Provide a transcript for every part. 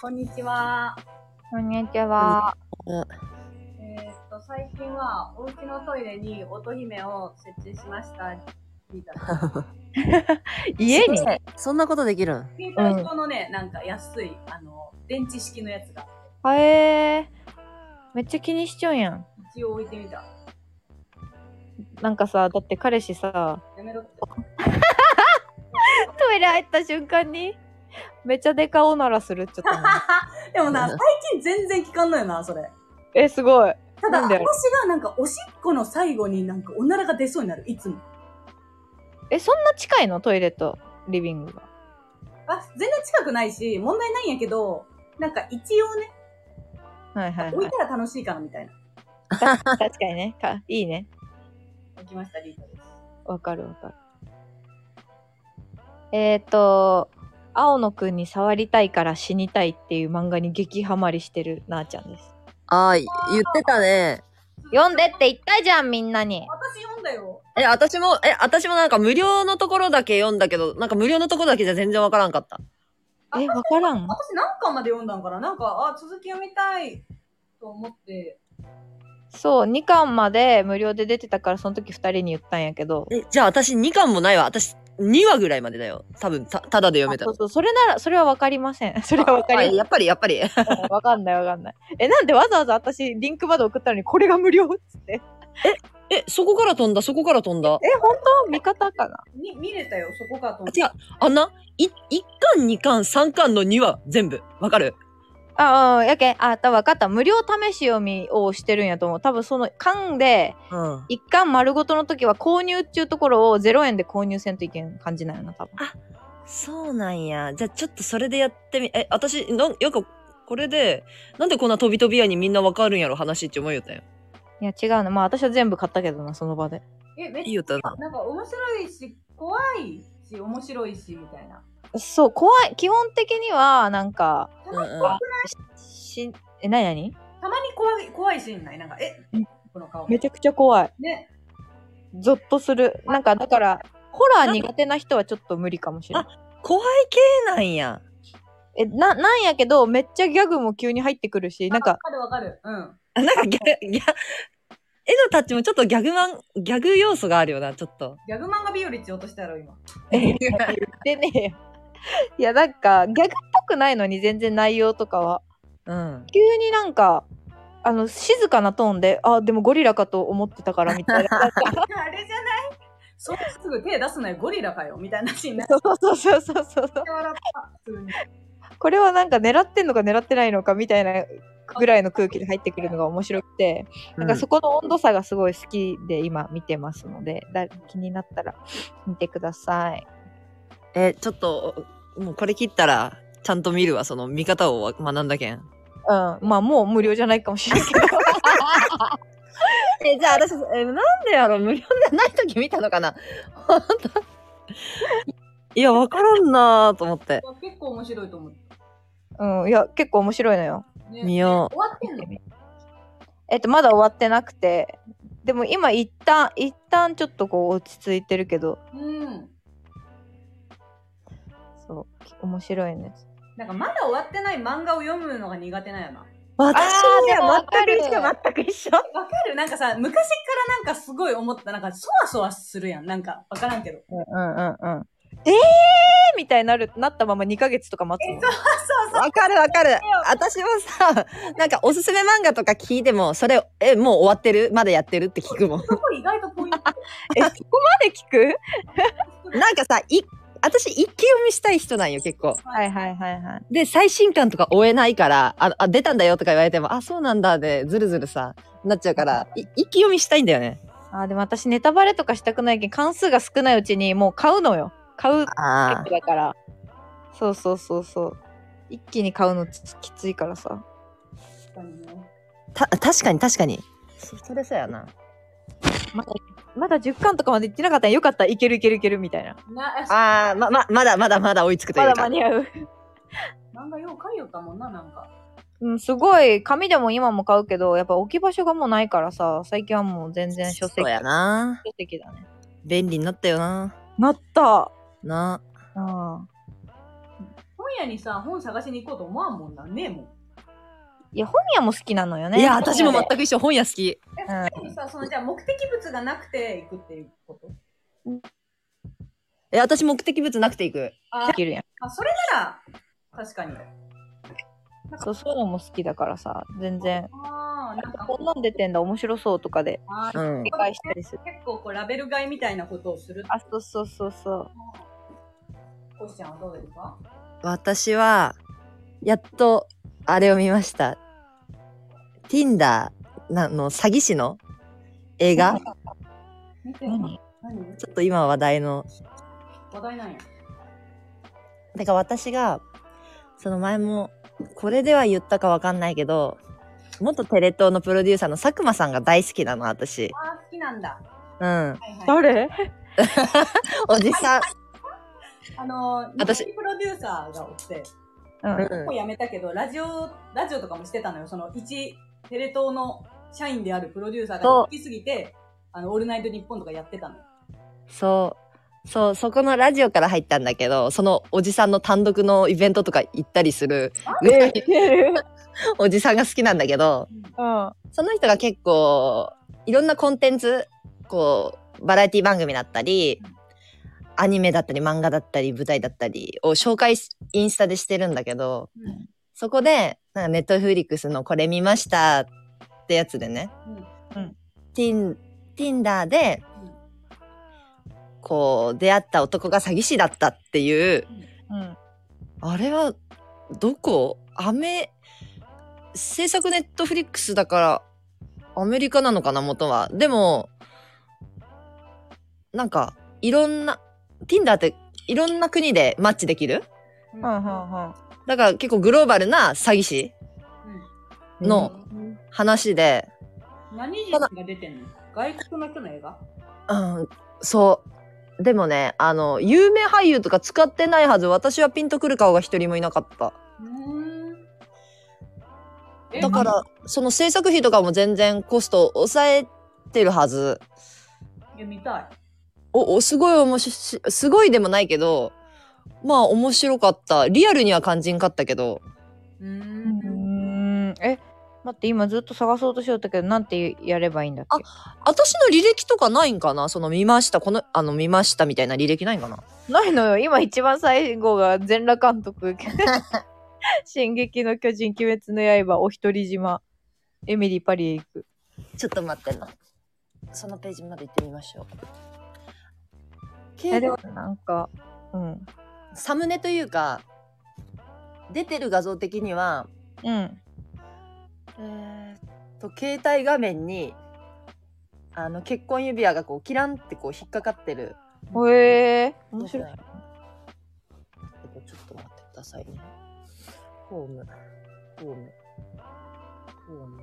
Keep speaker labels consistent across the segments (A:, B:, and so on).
A: こんにちは。
B: こんにちは。
A: えーっと、最近はお家のトイレに乙姫を設置しました。みたいな。
B: 家に
C: えそんなことできるん
A: 携帯用のね、なんか安い、あの、電池式のやつが、
B: へえめっちゃ気にしちゃうやん。
A: 一応置いてみた。
B: なんかさ、だって彼氏さ、
A: やめろって。
B: トイレ入った瞬間に、めっちゃデカオナラするっちゃったもん
A: でもな、最近全然聞かんのよな、それ。
B: え、すごい。
A: ただ、
B: なん
A: 私
B: でやろ
A: がなんかおしっこの最後になんかおならが出そうになる、いつも。
B: え、そんな近いのトイレとリビングが。
A: あ、全然近くないし、問題ないんやけど、なんか一応ね、
B: はいはい
A: 置
B: はいい。
A: たら楽しいかなみたいな。
B: 確かにね。かいいね。
A: 行きました、リータです。
B: わかるわかる。えっ、ー、と、青野くんに触りたいから死にたいっていう漫画に激ハマりしてるなあちゃんです。
C: ああ、言ってたね。
B: 読んでって言ったじゃん、みんなに。
A: 私読んだよ。
C: え、私も、え、私もなんか無料のところだけ読んだけど、なんか無料のところだけじゃ全然わからんかった。
B: え、わからん
A: 私何巻まで読んだんかななんか、あ、続き読みたいと思って。
B: そう、2巻まで無料で出てたから、その時2人に言ったんやけど。
C: え、じゃあ私2巻もないわ。私2話ぐらいまでだよ。多分た、ただで読めた
B: あそう
C: ら。
B: そう、それなら、それはわかりません。それはわか
C: あ
B: り
C: やっぱり、やっぱり。
B: ません。わかんないわかんない。え、なんでわざわざ私、リンクまで送ったのに、これが無料っつって。
C: え、そこから飛んだ、そこから飛んだ。
B: え、本当味方かな
A: に見れたよ、そこかと思って。
C: 違う。あんな、い、1巻、2巻、3巻の2話、全部。わかる
B: あ、うん、やけん。あ、たわかった。無料試し読みをしてるんやと思う。多分その、巻で、
C: うん。
B: 一巻丸ごとの時は購入っていうところを0円で購入せんといけん感じなんやな、多分。
C: そうなんや。じゃあちょっとそれでやってみ、え、私、なんよく、これで、なんでこんな飛び飛び屋にみんなわかるんやろ話って思いよったんよ。
B: いや、違うの。まあ、私は全部買ったけどな、その場で。
A: え、めっ
C: いい
A: ち
C: よったな
A: ゃ、。なんか面白いし、怖いし、面白いし、みたいな。
B: そう、怖い。基本的には、なんか、
A: た
C: うん
A: ま
C: うん。
B: しえ、なになに
A: たまに怖い、怖いシーンないなんか、え
B: うん、
A: この顔。
B: めちゃくちゃ怖い。
A: ね。
B: ゾッとする。なんか、だから、ホラー苦手な人はちょっと無理かもしれない。
C: 怖い系なんや。
B: え、な、なんやけど、めっちゃギャグも急に入ってくるし、な
A: わ
B: んか、
A: かるわかる。うん。
C: あなんかギャ、ギャ、絵のタッチもちょっとギャグマン、ギャグ要素があるよな、ちょっと。
A: ギャグ漫画日和って言おうとしたやろ、今。
B: え、言ってねえよ。 いや、なんか、ギャグっぽくないのに全然内容とかは。
C: うん。
B: 急になんか、あの、静かなトーンで、あ、でもゴリラかと思ってたから、みたいな。なん か
A: あれじゃないそんなすぐ手出すなよ、ゴリラかよ、みたいなシーンになっ
B: そうそうそうそうそうそう。
A: て笑った。普通に。
B: これはなんか狙ってんのか狙ってないのかみたいなぐらいの空気で入ってくるのが面白くて。なんかそこの温度差がすごい好きで今見てますので、だ気になったら見てください。
C: え、ちょっと、もうこれ切ったら、ちゃんと見るわ、その見方を学んだけん。
B: うん。まあもう無料じゃないかもしれんけど。
C: え、じゃあ私、え、なんでやろ無料じゃない時見たのかな本当 いや、わからんなーと思って。
A: 結構面白いと思って。
B: うん。いや、結構面白いのよ。
A: ね
C: 見よ
A: 終わってんの
B: えっと、まだ終わってなくて、でも今一旦、一旦ちょっとこう落ち着いてるけど、
A: うん。
B: そう、き面白いんです。
A: なんかまだ終わってない漫画を読むのが苦手なんやな。
C: う。私もね
B: あーでもわかる
C: 全く一緒、全く一緒。
A: わかるなんかさ、昔からなんかすごい思った、なんかそわそわするやん。なんかわからんけど。
B: うんうんうんうん。えーみたいになる、なったまま2ヶ月とか待つもん。
C: わかるわかる。私もさ、なんかおすすめ漫画とか聞いても、それ、え、もう終わってるまだやってるって聞く もん。
A: そこ意外とポイント。
B: え、そこまで聞く
C: なんかさ、い、私一気読みしたい人なんよ、結構。
B: はいはいはいはい。
C: で、最新刊とか追えないから、あ、あ出たんだよとか言われても、あ、そうなんだで、ずるずるさ、なっちゃうから、い一気読みしたいんだよね。
B: あーでも私ネタバレとかしたくないけど関数が少ないうちにもう買うのよ買うタイ
C: あ
B: プだからそうそうそうそう一気に買うのききついからさ
A: 確かにね
C: あ、た、確かに確かに。そ、それさやな。
B: まだまだ10巻とかまで行ってなかったらよかったいけるいけるいけるみたいな
A: な、あ
C: ああ、ま、ま、まだまだまだ追いつくと
B: ま
C: いう
B: だ
C: か。
B: 間に合う、
A: 漫画よう書いよったもんな、なんか。
B: うん、すごい紙でも今も買うけどやっぱ置き場所がもうないからさ最近はもう全然書籍
C: そうや
B: 書
C: な。
B: 籍だね
C: 便利になったよな。
B: なった
C: な。
B: あ
A: この屋にさ、本探しに行こうと思わんもんだねえもん。
B: いや、本屋も好きなのよね。
C: いや、私も
B: 本屋
C: 全
B: で
C: く一緒、本屋好き。
A: え、でもさ、そのじゃあ目的物がなくて行くっていうこと
C: え、私目的物なくていく。
A: あ
B: できるやん。
A: あ、それなら、確かに。
B: そう、そういうのも好きだからさ、全然。
A: ああ、なんか、
B: こんなん出てんだ、面白そうとかで
A: あ
C: う
A: ー
C: ん
B: 理。解したりする。
A: 結構こうラベル買いみたいなことをする。
B: あ、そうそうそうそう。
A: こしちゃんはどうですか
C: 私は、やっと、あれを見ました。Tinder なの詐欺師の映画
A: 見て
B: 何
A: 何
C: ちょっと今話題の。
A: 話題なんや。
C: だから私が、その前も、これでは言ったかわかんないけど、元テレ東のプロデューサーの佐久間さんが大好きなの、
A: あ
C: 私。
A: ー好きなんだ。
C: うん。
A: はいはい。
B: 誰
C: おじさん。
A: あのー、
C: 私
A: 私プロデューサーがおって、
B: う。
C: うんん
A: もう辞めたけど、ラジオ、ラジオとかもしてたのよ。その、一、テレ東の社員であるプロデューサーが
C: そう
A: 好きすぎて、あの、オールナイトニッポンとかやってたのよ。
C: そう。そう、そこのラジオから入ったんだけど、そのおじさんの単独のイベントとか行ったりするぐらい
B: 似てる。
C: おじさんが好きなんだけど、
B: うん。
C: その人が結構、いろんなコンテンツ、こう、バラエティ番組だったり、アニメだったり、漫画だったり、舞台だったりを紹介しインスタでしてるんだけど、
A: うん
C: そこで、なんかネットフリックスのこれ見ましたってやつでね、
A: うん。
C: ティン、ティンダーで
A: うん、
C: こう、出会った男が詐欺師だったっていう、
B: うん。
C: あれは、どこアメ、制作ネットフリックスだから、アメリカなのかな、元は。でも、なんか、いろんな、Tinder っていろんな国でマッチできる
A: うん
B: うん。うん。
C: だから結構グローバルな詐欺師
B: うん。
C: の
A: うん
C: 話で、
A: 何人が出てんの外国の人の映画
C: うん、そう。でもね、あの、有名俳優とか使ってないはず、私はピンとくる顔が一人もいなかった。
A: うーん。え
C: だから、その制作費とかも全然コスト抑えてるはず。
A: いや、見たい。
C: お、お、すごい面白し、すごいでもないけど、まあ面白かった。リアルには感じんかったけど、
A: うー。
B: うんん。え、待って、今ずっと探そうとしよったけど、なんてやればいいんだっけ
C: 私の履歴とかないんかなその見ました、この、あの見ましたみたいな履歴ないんかな
B: ないのよ。今一番最後が全裸監督。進撃の巨人、鬼滅の刃、お一人島、エミリー・パリへ行く。
C: ちょっと待ってな。そのページまで行ってみましょう。
B: え、でもなんか、うん。
C: サムネというか、出てる画像的には、
B: うん。
C: えーっと携帯画面にあの結婚指輪がこうキランってこう引っかかってる
B: へえー、面白い。
C: えっとちょっと待ってくださいねホームホームホーム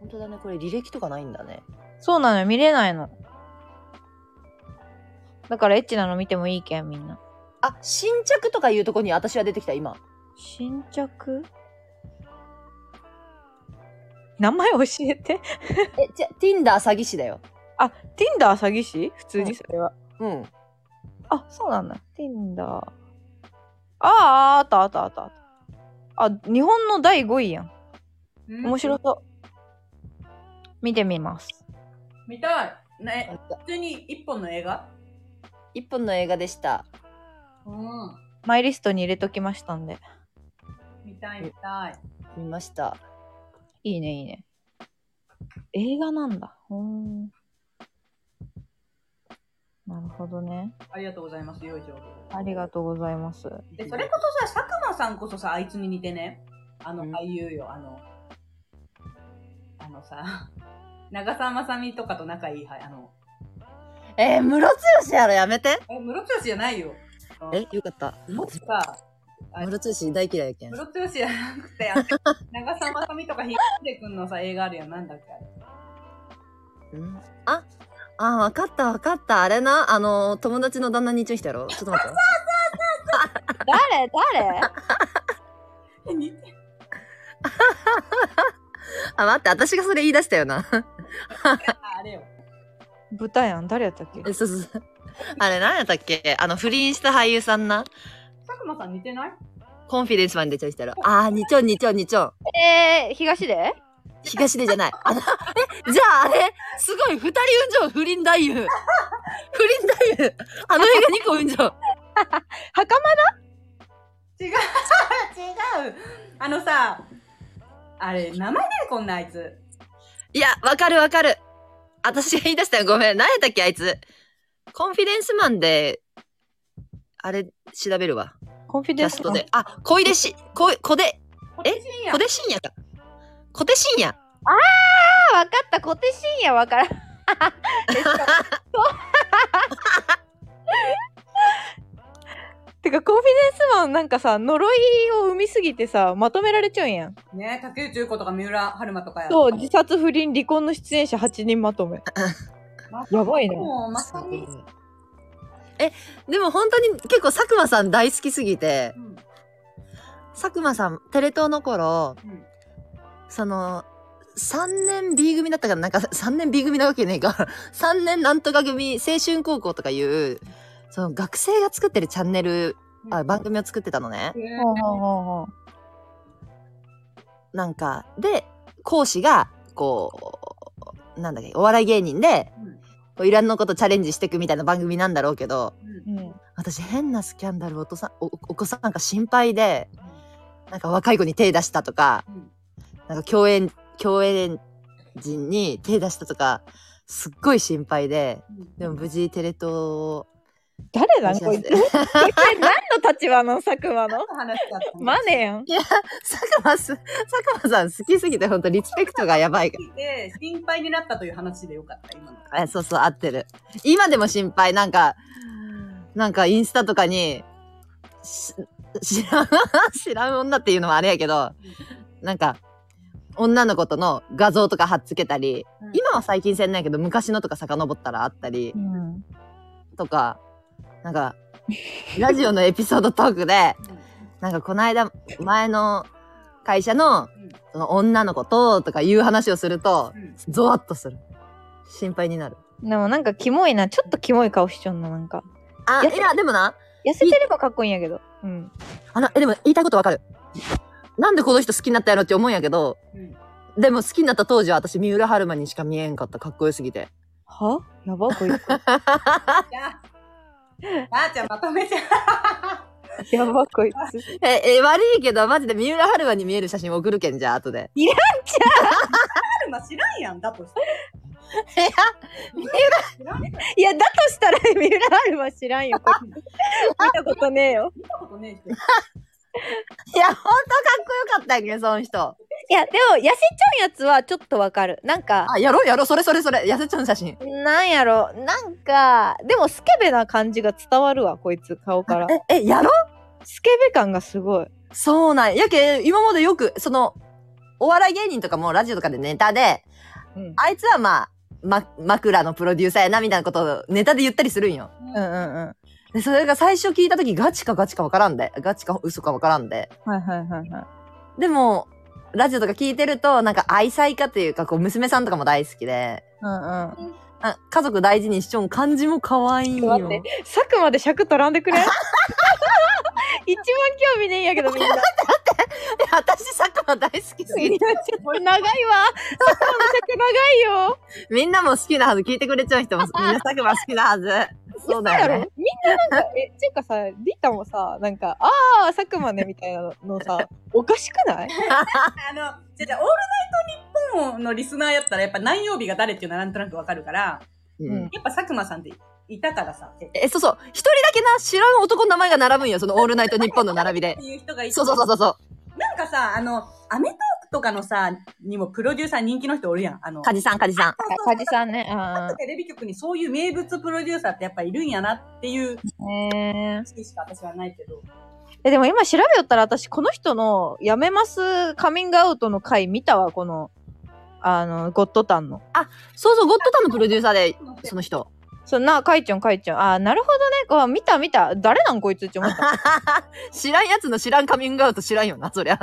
C: 本当だねこれ履歴とかないんだね
B: そうなのよ。見れないの。だからエッチなの見てもいいけん、みんな。
C: あ新着とかいうとこに私は出てきた今
B: 新着名前教えて。
C: えじゃ Tinder 詐欺師だよ
B: あ、Tinder 詐欺師普通にそれは。
C: うん
B: あ、そうなんだ。Tinder。ああ、あったあったあったあった。あ、日本の第5位やん。
A: うん
B: 面白そう。見てみます。
A: 見たい。ね、普通に一本の映画
C: 一本の映画でした
A: うん。
B: マイリストに入れときましたんで。
A: 見たい見たい。
C: 見ました
B: いいね、いいね。映画なんだ。ほーん。なるほどね。
A: ありがとうございます、よい情報。
B: ありがとうございます。
A: で、それこそさ、佐久間さんこそさ、あいつに似てね。あの
C: うん、
A: 俳優よ、あの、あのさ、 長澤まさみとかと仲いい、はい、あの、
C: えー、ムロツヨシやろやめて
A: え、ムロツヨシじゃないよ。
C: えよかった
A: もっとさ、
C: ムロツヨシ大嫌いやけん
A: ムロツヨシじゃなくて、あの長澤まさみとか、ひっでくんのさ、映画あるやん、なんだっけ、あれ。
C: うんあ、あ、わかったわかった。あれな、あの、友達の旦那に一応したやろちょっと待って。
B: 誰誰
A: 似て
C: あ、待って、私がそれ言い出したよな。
A: た、 あれよ。
B: 豚やん。誰やったっけ
C: えそうそうそう。あれ、何やったっけあの、不倫した俳優さんな。
A: 佐久間さん似てない
C: コンフィデンスマンでちょいしたら、あー、二丁二丁二丁。
B: えー、東で
C: 東でじゃない。あの、え、じゃああれ、すごい、二人雲上不倫太夫。不倫太夫。あの映画二個雲上。
B: 袴
A: 違う違うあのさあれ名前出てこんなあいつ
C: いや、わかるわかる。私が言い出したらごめん。何やったっけ、あいつ。コンフィデンスマンで、あれ、調べるわ。
B: コンフィ
C: キ
B: デ
C: ャ
B: ンス
C: ストで。あ、小出し、小、小出、
A: こっち深夜
C: 小出信也か。小出信也。
B: あわかった小手伸也わからん てかコンフィデンスマンなんかさ呪いを生みすぎてさまとめられちゃうんやん
A: ね竹内結子とか三浦春馬とかや
B: そう自殺不倫離婚の出演者8人まとめ
A: まさ
B: やばいね
A: もうまさに、
C: え、でも本当に結構佐久間さん大好きすぎて
A: う、ん
C: 佐久間さん、テレ東の頃、
A: うん
C: その、3年 B 組だったから、なんか3年 B 組なわけねえか。3年 なんとか組、青春高校とかいう、その学生が作ってるチャンネル、あ番組を作ってたのね。
A: え
B: ほうほうほうほう
C: なんか、で、講師が、こう、なんだっけ、お笑い芸人で、こういろんなことチャレンジしていくみたいな番組なんだろうけど、
A: うん
B: うん
C: 私変なスキャンダルをお父さんおお子さんが心配でなんか若い子に手出したとか
A: うん
C: なんか共演共演人に手出したとかすっごい心配で
A: うん
C: でも無事テレ東を
B: 誰だ
C: 話
B: こい
C: し
B: つ
C: て
B: 何の立場の佐久間の
A: 話しちゃったね
B: マネやん
C: 佐久間す佐久間さん好きすぎて本当リスペクトがやばいか
A: で心配になったという話でよかった今の
C: らあそうそう合ってる今でも心配なんかなんかインスタとかにし知らん知らん女っていうのもあれやけどなんか女の子との画像とか貼っつけたり
A: うん
C: 今は最近せんないけど昔のとか遡ったらあったり
B: うん
C: とかなんかラジオのエピソードトークでなんかこの間前の会社
A: う
C: の
A: ん
C: その女の子ととかいう話をすると
A: うんうん
C: ゾワッとする心配になる
B: でもなんかキモいなちょっとキモい顔しちゃうのなんか
C: あ
B: いや
C: いやでもな
B: 痩せてればかっこいいんやけどうん
C: あのえでも言いたいことわかるなんでこの人好きになったやろって思うんやけどでも好きになった当時は私三浦春馬にしか見えんかったかっこよすぎて
B: はやばこいつ
A: じゃああーちゃんまとめちゃ
B: やばこいつ
C: え、え、悪いけど、マジで三浦春馬に見える写真送るけんじゃあ、後で。
A: 春馬知らんやんだとしたら
C: え
A: 知らんやん
B: いや、だとしたら三浦春馬知ら んよ。こいつ見たことねえよ。
A: 見たことねえし
C: いや、ほんとかっこよかったんけん、その人。
B: いや、でも、痩せちゃうやつはちょっとわかる。なんか、
C: あ、やろうやろう、それそれそれ、痩せちゃう写真。
B: なんやろ、なんか、でもスケベな感じが伝わるわ、こいつ、顔 から。
C: え、え、やろう
B: スケベ感がすごい。
C: そうなんや。やけん、今までよく、その、お笑い芸人とかもラジオとかでネタで、
B: うん、
C: あいつはまあ、ま、枕のプロデューサーやな、みたいなことをネタで言ったりするんよ。
B: うん、うん、うん。
C: で、それが最初聞いたとき、ガチかガチかわからんで、ガチか嘘かわからんで。
B: はいはいはいはい。
C: でも、ラジオとか聞いてると、なんか愛妻家というか、こう、娘さんとかも大好きで、
B: うんうん、
C: あ家族大事にしちょん感じも可愛いんよ。
B: ちょっと待佐久間で尺取らんでく れん一番興味ねえんやけどみん な。
C: 私、佐久間大好きす
B: い
C: ぎ
B: や
C: て。
B: ちょっと長いわ。佐久間の尺長いよ。
C: みんなも好きなはず、聞いてくれちゃう 人も、みんな佐久間好きなはず。そうだよね。
B: みんななんか、え、っていうかさ、リタもさ、なんか、ああ、佐久間ねみたいなの さ、おかしくない
A: あの、じゃじゃ、オールナイトニッポンのリスナーやったら、やっぱ何曜日が誰っていうのはなんとなくわかるから、
C: うん
A: やっぱ佐久間さんっていたからさ、って
C: え、そうそう。一人だけな、知らん男の名前が並ぶんよ。そのオールナイト日本の並びで。
A: いう人がいて、
C: そうそうそうそう。
A: なんかさ、あの、アメトークとかのさ、にもプロデューサー人気の人おるやん。あの、
C: カジさん、カジさん。
B: カジさんね。あ
A: テレビ局にそういう名物プロデューサーってやっぱいるんやなっていう
B: あ。え
A: 意識しか私はないけど。
B: え、でも今調べよったら、私、この人の、やめます、カミングアウトの回見たわ、この、あの、ゴッドタンの。
C: そうそう、ゴッドタンのプロデューサーで、その人。
B: そんな、かいちょん、かいちょん。ああ、なるほどね。あ見た見た。誰なん、こいつって思った。
C: 知らんやつの知らんカミングアウト知らんよな、そりゃ。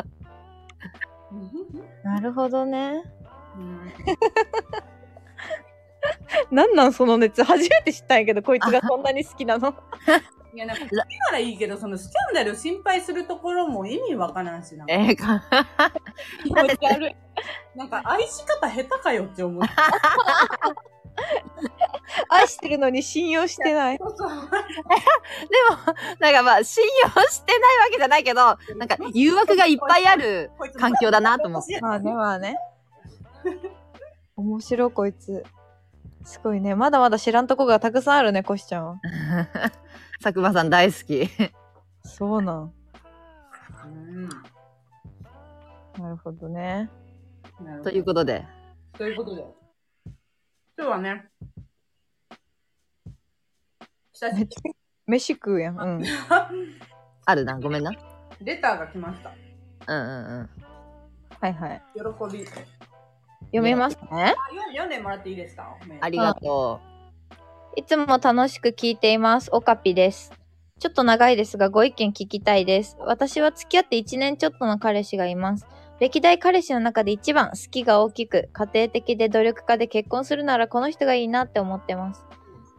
B: なるほど ね。
A: うん
B: なんなん、その熱。初めて知ったんやけど、こいつがそんなに好きなの。
A: いや、なんか、だからいいけど、そのスキャンダル心配するところも意味わからんしな。
C: えーか
A: 気持ち悪い。なんか、愛し方下手かよって思う。
B: 愛してるのに信用してない。
A: そうそう。
C: でも、なんかまあ、信用してないわけじゃないけど、なんか誘惑がいっぱいある環境だなと思って。
B: まあ ね、まあね。面白いこいつ。すごいね。まだまだ知らんとこがたくさんあるね、コシちゃんは。
C: 佐久間さん大好き。
B: そうなん。
A: うん
B: なるほどね。
A: なるほど
C: ということで、
A: ということで。今日はね、久しぶり
B: 飯食うやん。うん。
C: あるな、ごめんな。
A: にレターが来ました。
C: うんうんうん。
B: はいはい。
A: 喜び。
B: 読みますね。
A: あ読ん読んでもらっていいですか
C: ありがと
B: いつも楽しく聞いています。オカピです。ちょっと長いですが、ご意見聞きたいです。私は付き合って1年ちょっとの彼氏がいます。歴代彼氏の中で一番好きが大きく、家庭的で努力家で結婚するならこの人がいいなって思ってます。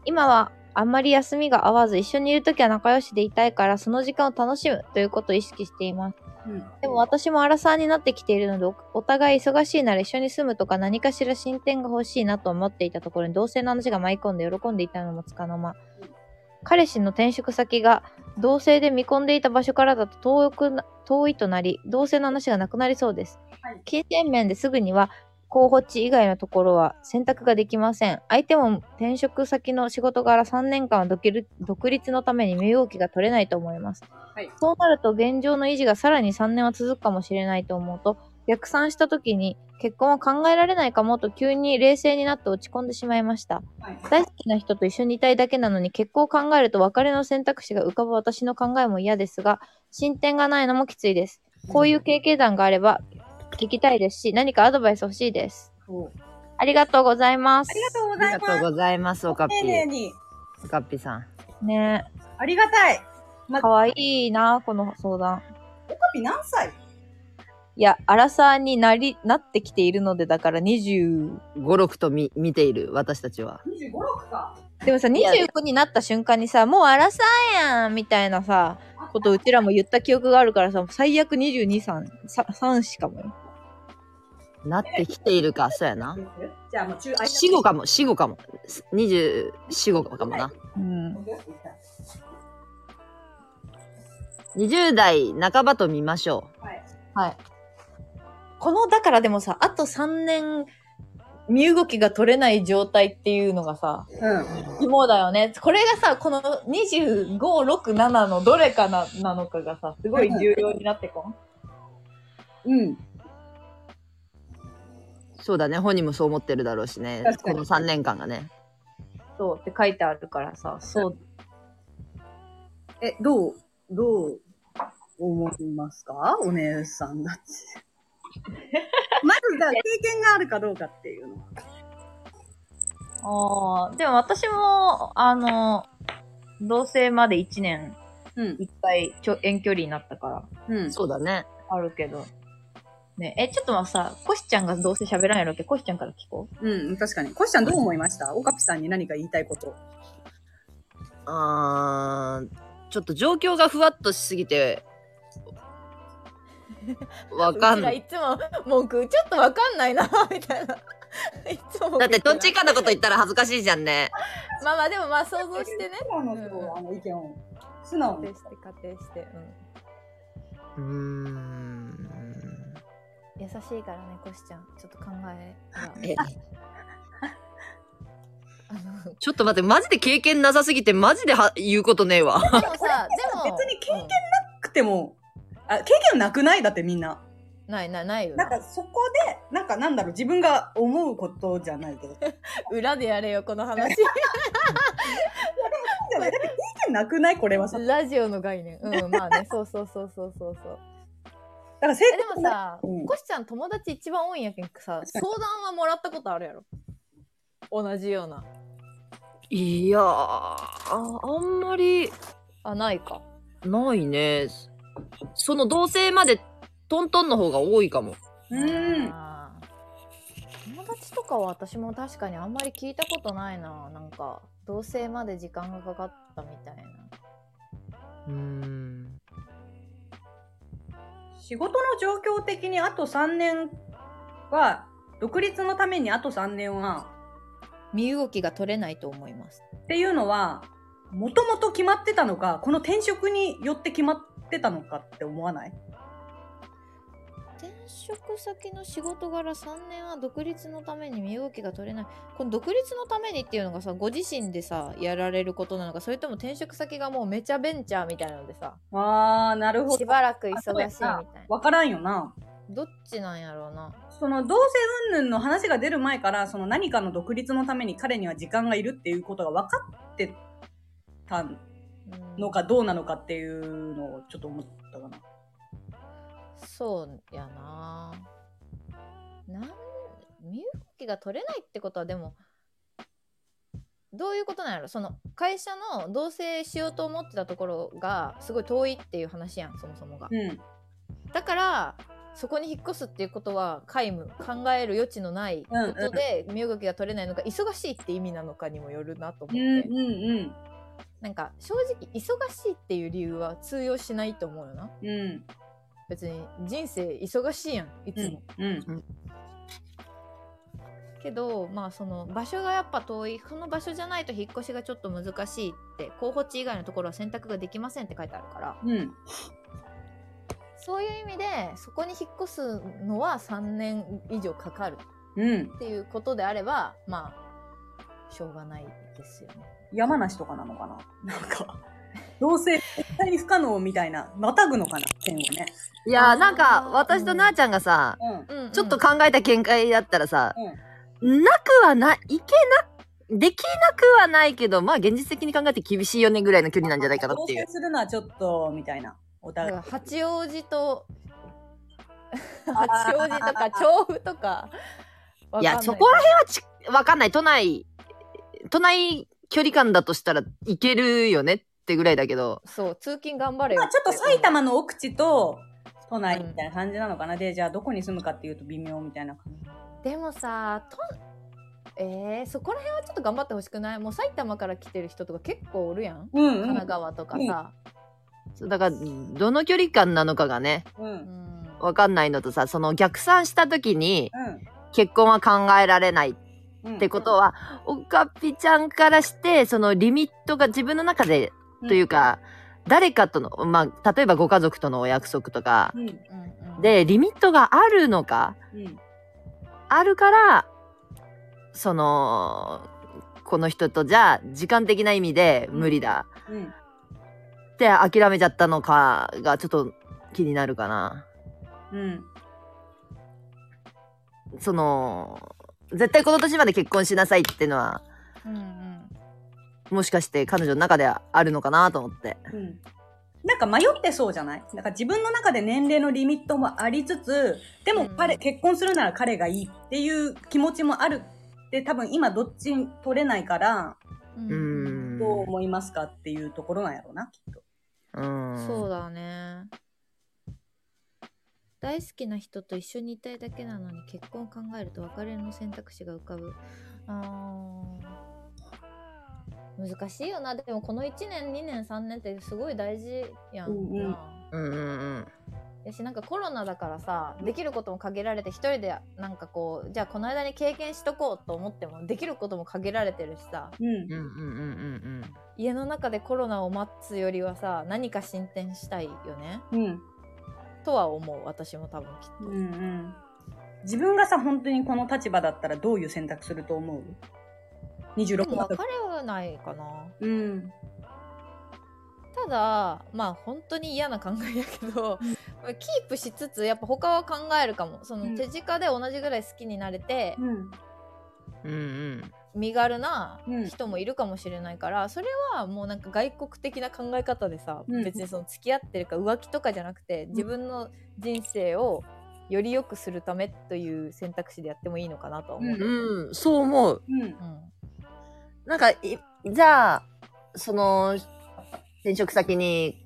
B: 今はあんまり休みが合わず、一緒にいるときは仲良しでいたいから、その時間を楽しむということを意識しています。
A: うん。
B: でも私もアラサーになってきているのでお、お互い忙しいなら一緒に住むとか何かしら進展が欲しいなと思っていたところに同性の話が舞い込んで喜んでいたのもつかの間。彼氏の転職先が同性で見込んでいた場所からだと遠くな遠いとなり、同性の話がなくなりそうです
A: はい。
B: 金銭面ですぐには候補地以外のところは選択ができません。相手も転職先の仕事から3年間は独立独立のために身動きが取れないと思います。
A: はい
B: そうなると現状の維持がさらに3年は続くかもしれないと思うと、逆算した時に結婚は考えられないかもと急に冷静になって落ち込んでしまいました。
A: はい。
B: 大好きな人と一緒にいたいだけなのに結婚を考えると別れの選択肢が浮かぶ私の考えも嫌ですが、進展がないのもきついです。こういう経験談があれば聞きたいですし、何かアドバイス欲しいです。
A: そう
B: ありがとうございます。
A: ありがとうご
C: う。
A: ざ
C: あ
A: い
C: りが
A: ま
C: とうございます、おかっ
A: す。丁寧
C: ぴ。
A: に。
C: おかっぴさん。
B: ね
A: ありがたい。
B: え、かわいいな、この相談。
A: オカピ何歳
B: いや、アラサーになり、なってきているので、だから20、
C: 5、6とみ見ている、私たちは。
A: ?25、6か。
B: でもさ、
C: や
B: 25になった瞬間にさ、もうアラサーやんみたいなさ、ことうちらも言った記憶があるからさ、最悪22、3、3しかもよ。
C: なってきているか、そうやな。
A: じゃあもう中、あ
C: 死後かも、死後かも。24、5かもな。
B: うん。
C: 20代半ばと見ましょ
A: はい。
B: はい。この、だからでもさ、あと3年、身動きが取れない状態っていうのがさ、
A: うん。
B: 肝だよね。これがさ、この25、6、7のどれかな、なのかがさ、すごい重要になってこ ん。
A: うん。
C: う。そうだね、本人もそう思ってるだろうしね
A: 確。か
C: こ
A: に
C: の3年間がね。
B: そうって書いてあるからさ、そう。
A: え、どう、どう思いますかお姉さん たち。まず、だから経験があるかどうかっていうのは。
B: ああ、でも私も、あの、同棲まで1年、
A: うん。
B: 1回ちょ遠距離になったから、
A: うん。
C: そうだね。
B: あるけど。ね、え、ちょっとまさ、コシちゃんがどうせ喋らんやろうけど、コシちゃんから聞こう。
A: うん、確かに。コシちゃんどう思いましたオカピさんに何か言いたいこと。
C: あーちょっと状況がふわっとしすぎて、わかんない。
B: つも文句、ちょっとわかんないな、 みたいな。いつも
C: だって、どっちかのこと言ったら恥ずかしいじゃんね。
B: まあまあ、でもまあ想像
A: 素直な
B: うんうん
A: あの意見を。素直に。
B: して、仮定して。うん。
C: うーん。
B: 優しいからね、コシちゃん。ちょっと考えが
C: え、
B: あの、
C: ちょっと待って、マジで経験なさすぎて、マジでは言うことねえわ。
B: でもさ、でも。
A: 別に経験
B: う
A: なくても、あ、経験なくないだってみんな。
B: んないないないよ
A: なんかそこで、なんかなんだろう、自分が思うことじゃない けど。だって
B: 裏でやれよこの話
A: 経験なくないこれはさ。だ
B: ラジオの概念うんまあ ねそうそうそうそうそうそう
A: から成
B: えで
A: 功
B: もさ、
A: うん
B: コシちゃん友達一番多いんやけんさ相談はもらったことあるやろ同じようない
C: やーあ、あんまり
B: あないか
C: ないね。その同性までトントンの方が多いかも。
A: うん。
B: あー友達とかは私も確かにあんまり聞いたことないななんか同棲まで時間がかかったみたいな
C: うん。
A: 仕事の状況的にあと3年は、独立のためにあと3年は、
B: 身動きが取れないと思います。
A: っていうのは、もともと決まってたのか、この転職によって決まってたのかって思わない
B: 転職先の仕事柄3年は独立のために身動きが取れないこの独立のためにっていうのがさご自身でさやられることなのかそれとも転職先がもうめちゃベンチャーみたいなのでさ
A: あー、なるほ
B: し
A: ど。
B: ばらく忙しいみたいな
A: わからんよな。
B: どっちなんやろうな
A: その、同性云々の話が出る前から、その何かの独立のために彼には時間がいるっていうことが分かってた
B: うん
A: のかどうなのかっていうのをちょっと思ったかな。
B: そうやななん身動きが取れないってことはでもどういうことなんやろその会社の同棲しようと思ってたところがすごい遠いっていう話やんそもそもが
A: うん。
B: だからそこに引っ越すっていうことは皆無考える余地のないことで身動きが取れないのか忙しいって意味なのかにもよるなと思って、
A: うんうん
B: なんか正直忙しいっていう理由は通用しないと思うよな
A: うん。うん。
B: 別に人生忙しいやんいつも、
A: うん。
B: けどまあその場所がやっぱ遠いその場所じゃないと引っ越しがちょっと難しいって候補地以外のところは選択ができませんって書いてあるから
A: うん。
B: そういう意味でそこに引っ越すのは3年以上かかる
A: うん。
B: っていうことであればまあしょうがないですよね。
A: 山梨とかなのかななんか、どうせ絶対に不可能みたいな、またぐのかな線をね。
C: いやーなんか私となあちゃんがさ、
A: うん。
B: うんうん
C: ちょっと考えた見解だったらさ、
A: うん。
C: なくはない、いけな、できなくはないけど、まあ現実的に考えて厳しいよねぐらいの距離なんじゃないかなっていう
A: 挑。戦するのはちょっと、みたいな。お
B: だ
A: 互
B: か
A: い。
B: ら八王子と八王子とか調布とかわかんない
C: や、そこら辺はち、わかんない。都内、都内距離感だとしたらいけるよねってぐらいだけど。
B: そう通勤頑張れよ
A: まあちょっと埼玉の奥地と都内
B: うん
A: みたいな感じなのかな。で、じゃあどこに住むかっていうと微妙みたいな感じ。
B: でもさとえー、そこら辺はちょっと頑張ってほしくないもう埼玉から来てる人とか結構おるやん
A: うん
B: 神
A: うん
B: 奈。川とかさ、
C: そうだから、どの距離感なのかがね、
A: うん。う。
B: うんん
C: わかんないのとさ、その逆算した時に
A: う
C: 結婚は考えられないっ
A: ん。
C: てことは、おかっぴちゃんからして、そのリミットが自分の中で
A: うん
C: という。か、誰かとの、まあ、例えばご家族とのお約束とか
A: う、ん。
B: うんうん、
C: で、リミットがあるのか、
A: うん。
C: あるから、その、この人とじゃあ、時間的な意味で無理だ
A: うん。
C: って諦めちゃったのかがちょっと気になるかな。
A: うん。
C: その、絶対この年まで結婚しなさいっていうのは、
B: うんうん、
C: もしかして彼女の中であるのかなと思って。
A: うんなんか迷ってそうじゃないなんか自分の中で年齢のリミットもありつつ、でも彼、
B: うん
A: 結婚するなら彼がいいっていう気持ちもあるって多分今どっち取れないから、
B: うん
C: う
B: うん
C: ん。
A: どう思いますかっていうところなんやろうな、きっと。
C: うん。
B: そうだね大好きな人と一緒にいたいだけなのに結婚を考えると別れの選択肢が浮かぶあー難しいよなでもこの1年2年3年ってすごい大事やん
A: うんうん
B: なあ
C: うんうん
B: やしなんかコロナだからさできることも限られて一人でなんかこうじゃあこの間に経験しとこうと思ってもできることも限られてるしさ
A: うん
C: うん。うん。うんうんうん
B: 家の中でコロナを待つよりはさ何か進展したいよね
A: うん。
B: とは思う私も多分きっ
A: う
B: と、
A: んうん。自分がさ、本当にこの立場だったらどういう選択すると思う
B: で
A: ?26
B: も
A: だ
B: 別
A: と。
B: れはないかな
A: うん。
B: ただまあ本当に嫌な考えやけどまあキープしつつやっぱ他は考えるかもその、
A: うん
B: 手近で同じぐらい好きになれて
A: うん。
C: うん。うん
B: 身軽な
A: うん
B: 人もいるかもしれないから、それはもうなんか外国的な考え方でさ、
A: うん
B: 別にその付き合ってるか浮気とかじゃなくて自分の人生をより良くするためという選択肢でやってもいいのかなとは思う。
A: う
C: うん。うん、そう思う。
A: うん。
B: うん
C: なんか、いじゃあ、その、転職先に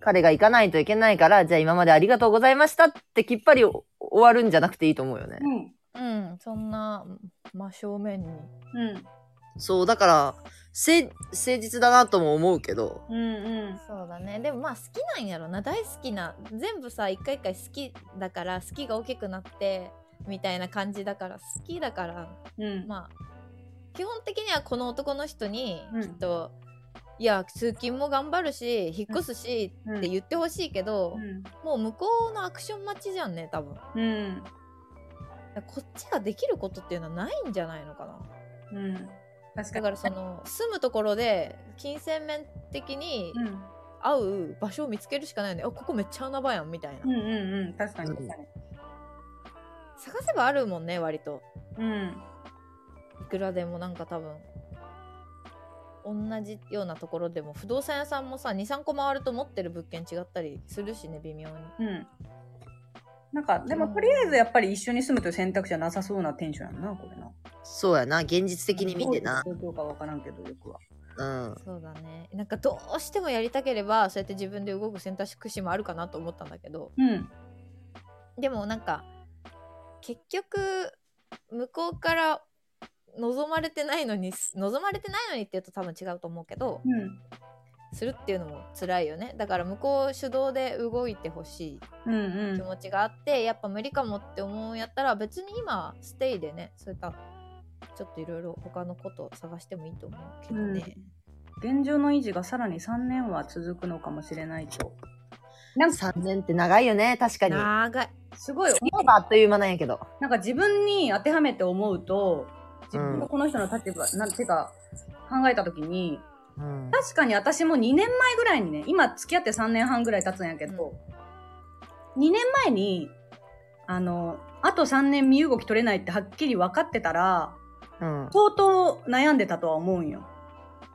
C: 彼が行かないといけないから、じゃあ今までありがとうございましたってきっぱりお終わるんじゃなくていいと思うよね
A: う。ん。
B: うん、そんな真正面に
A: うん。
C: そう、だから、せい誠実だなとも思うけど、
A: うんうん。
B: そうだねでもまあ好きなんやろな大好きな全部さ一回一回好きだから好きが大きくなってみたいな感じだから好きだから
A: うん。
B: まあ基本的にはこの男の人に
A: うん
B: きっと、いや通勤も頑張るし引っ越すし
A: うん
B: って言ってほしいけど、
A: うん。
B: もう向こうのアクション待ちじゃんね多分
A: うん。
B: こっちができることっていうのはないんじゃないのかな
A: うん。確か
B: だ
A: に。
B: からその住むところで金銭面的に
A: うん。
B: 合う場所を見つけるしかないよね、あここめっちゃ穴場やんみたいな、
A: うんうんうん。確かに。
C: うん
A: 確かに。
B: 探せばあるもんね割と
A: うん。
B: いくらでもなんか多分同じようなところでも不動産屋さんもさ23個回ると持ってる物件違ったりするしね微妙に
A: うん。なんか、でもとりあえずやっぱり一緒に住むという選択肢はなさそうなテンションやんな、これな。
C: そうやな、現実的に見てな。
A: どういう状況かわからんけど、よくは。
C: うん。
B: そうだねなんかどうしてもやりたければそうやって自分で動く選択肢もあるかなと思ったんだけど
A: うん。
B: でもなんか結局向こうから望まれてないのにす望まれてないのにって言うと多分違うと思うけど
A: うん。
B: するっていうのも辛いよねだから向こう主導で動いてほし
A: うん
B: い気
A: う
B: 持ちがあって、やっぱ無理かもって思うんやったら別に今ステイでねそういったちょっといろいろ他のことを探してもいいと思うけどね、
A: ん。現状の維持がさらに3年は続くのかもしれないと。なんか、
C: 3年って長いよね、確かに。
B: 長い
A: すごい、
C: 思えばあっという間なんやけど。
A: なんか自分に当てはめて思うと、自分がこの人の立場、なんていうか、考えたときに、
C: うん。
A: 確かに私も2年前ぐらいにね、今付き合って3年半ぐらい経つんやけど、2年前に、あの、あと3年身動き取れないってはっきり分かってたら、
C: うん。
A: 相当悩んでたとは思うんよ。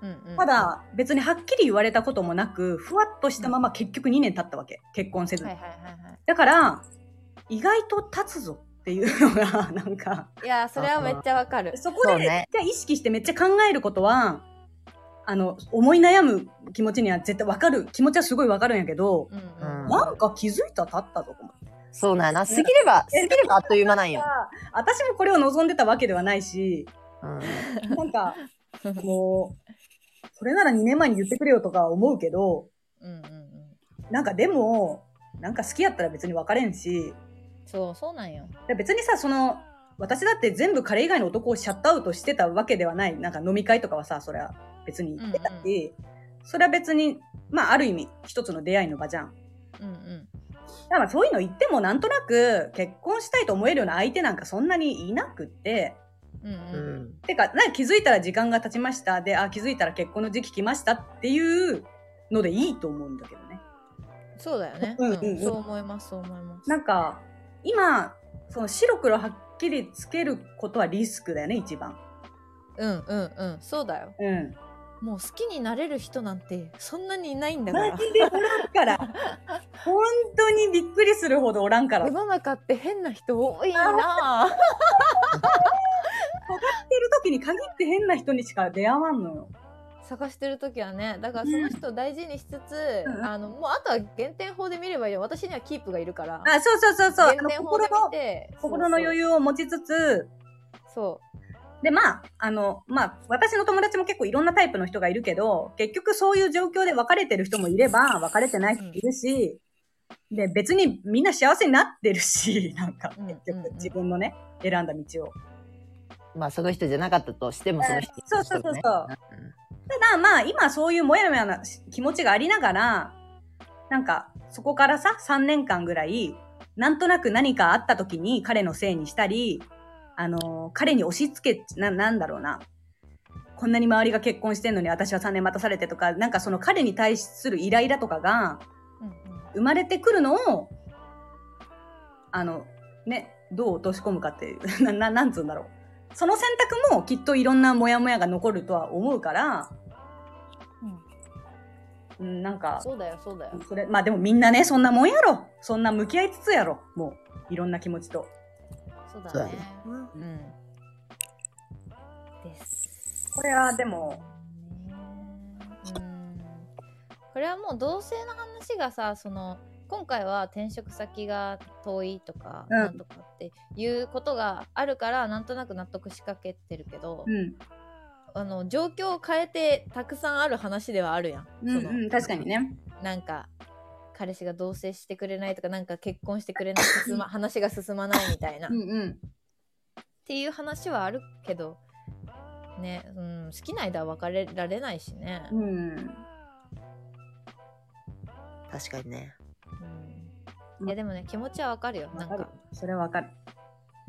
B: うんうん
A: ただ、別にはっきり言われたこともなく、ふわっとしたまま結局2年経ったわけ。結婚せず
B: はい
A: に。
B: はいはいはい
A: だから、意外と立つぞっていうのが、 なんか、
B: いやーそれはめっちゃわかる
A: そこ
C: そう
A: で
C: ね。
A: じゃあ意識してめっちゃ考えることは、あの、思い悩む気持ちには絶対わかる、気持ちはすごいわかるんやけど、
B: うん
C: うん
A: なんか気づいたら立ったぞ、と思って。
C: そうなんやな。過ぎれば、過ぎればあっという間なんよ。
A: 私もこれを望んでたわけではないし、
C: うん。
A: なんか、もう、それなら2年前に言ってくれよとか思うけど、
B: うんうんうん
A: なんかでも、なんか好きやったら別に別れんし、
B: そうそうなんよ
A: で別にさ、その、私だって全部彼以外の男をシャットアウトしてたわけではない。なんか飲み会とかはさ、それは別に行ってたし、それは別に、まあある意味一つの出会いの場じゃん。
B: うんうん
A: だからそういうの言ってもなんとなく結婚したいと思えるような相手なんかそんなにいなくって、
B: うん
C: う
B: うん
C: ん。
A: てか、なんか気づいたら時間が経ちました。で、あ、気づいたら結婚の時期来ましたっていうのでいいと思うんだけどね。
B: そうだよね、
A: うん
B: う
A: うんんうん
B: そう思いますそう思います
A: なんか、今、その白黒はっきりつけることはリスクだよね、一番。
B: うんうんうんそうだよ
A: うん。
B: もう好きになれる人なんてそんなにいないんだか
A: マ
B: ら
A: ジでおらんから。本当にびっくりするほどおらんから。
B: 世
A: 知っ
B: の中って変な人多いなぁ
A: てる時に限って変な人にしか出会わんのよ。
B: 探してる時はねだからその人を大事にしつつ、
A: うん
B: あのもうあとは減点法で見ればいいよ私にはキープがいるから
A: あ、そうそうそうそう。あ
B: 減
A: の
B: 点法で
A: 心
B: 見
A: の、
B: て
A: 心の余
B: 裕
A: 裕を持ちつつ、
B: そ
A: で、まあ、あの、まあ、私の友達も結構いろんなタイプの人がいるけど、結局そういう状況で別れてる人もいれば、別れてない人もいるし、で、別にみんな幸せになってるし、なんか、
B: うん
A: 結
B: うんう
A: 局
B: ん
A: 自分のね、選んだ道を。
C: まあ、その人じゃなかったとしても、その人、
A: そうそうそうそう。ただまあ今そういうモヤモヤなし気持ちがありながら、なんかそこからさ、3年間ぐらい、なんとなく何かあった時に彼のせいにしたり、あのー彼に押し付け、な、なんだろうな。こんなに周りが結婚してんのに私は3年待たされてとか、なんかその彼に対するイライラとかが
B: う、うんうん
A: 生まれてくるのを、あの、ね、どう落とし込むかっていう、 な、ななんつうんだろう。その選択もきっといろんなモヤモヤが残るとは思うから、うん、なんか、
B: そうだよそうだよ
A: それ、まあでもみんなね、そんなもんやろ。そんな向き合いつつやろ。もう、いろんな気持ちと。
B: そう
C: そう
B: だ
C: だ
B: ね
C: ね
B: うんです
A: これはでも、
B: うんこれはもう同性の話がさその今回は転職先が遠いとか、
A: うん
B: なんとかっていうことがあるからなんとなく納得しかけてるけど、
A: うん。
B: あの状況を変えてたくさんある話ではあるやん。
A: う
B: そ
A: ん
B: の
A: うん、確かにね。
B: なんか彼氏が同棲してくれないとかなんか結婚してくれない進、ま、話が進まないみたいな、
A: うん
B: っ
A: うん。
B: ていう話はあるけどね、うん、好きな間は別れられないしね、
A: うん。
C: 確かにね。
B: うんいやでもね気持ちはわかるよな
A: わ
B: ん
A: かる
B: か。
A: それはわかる。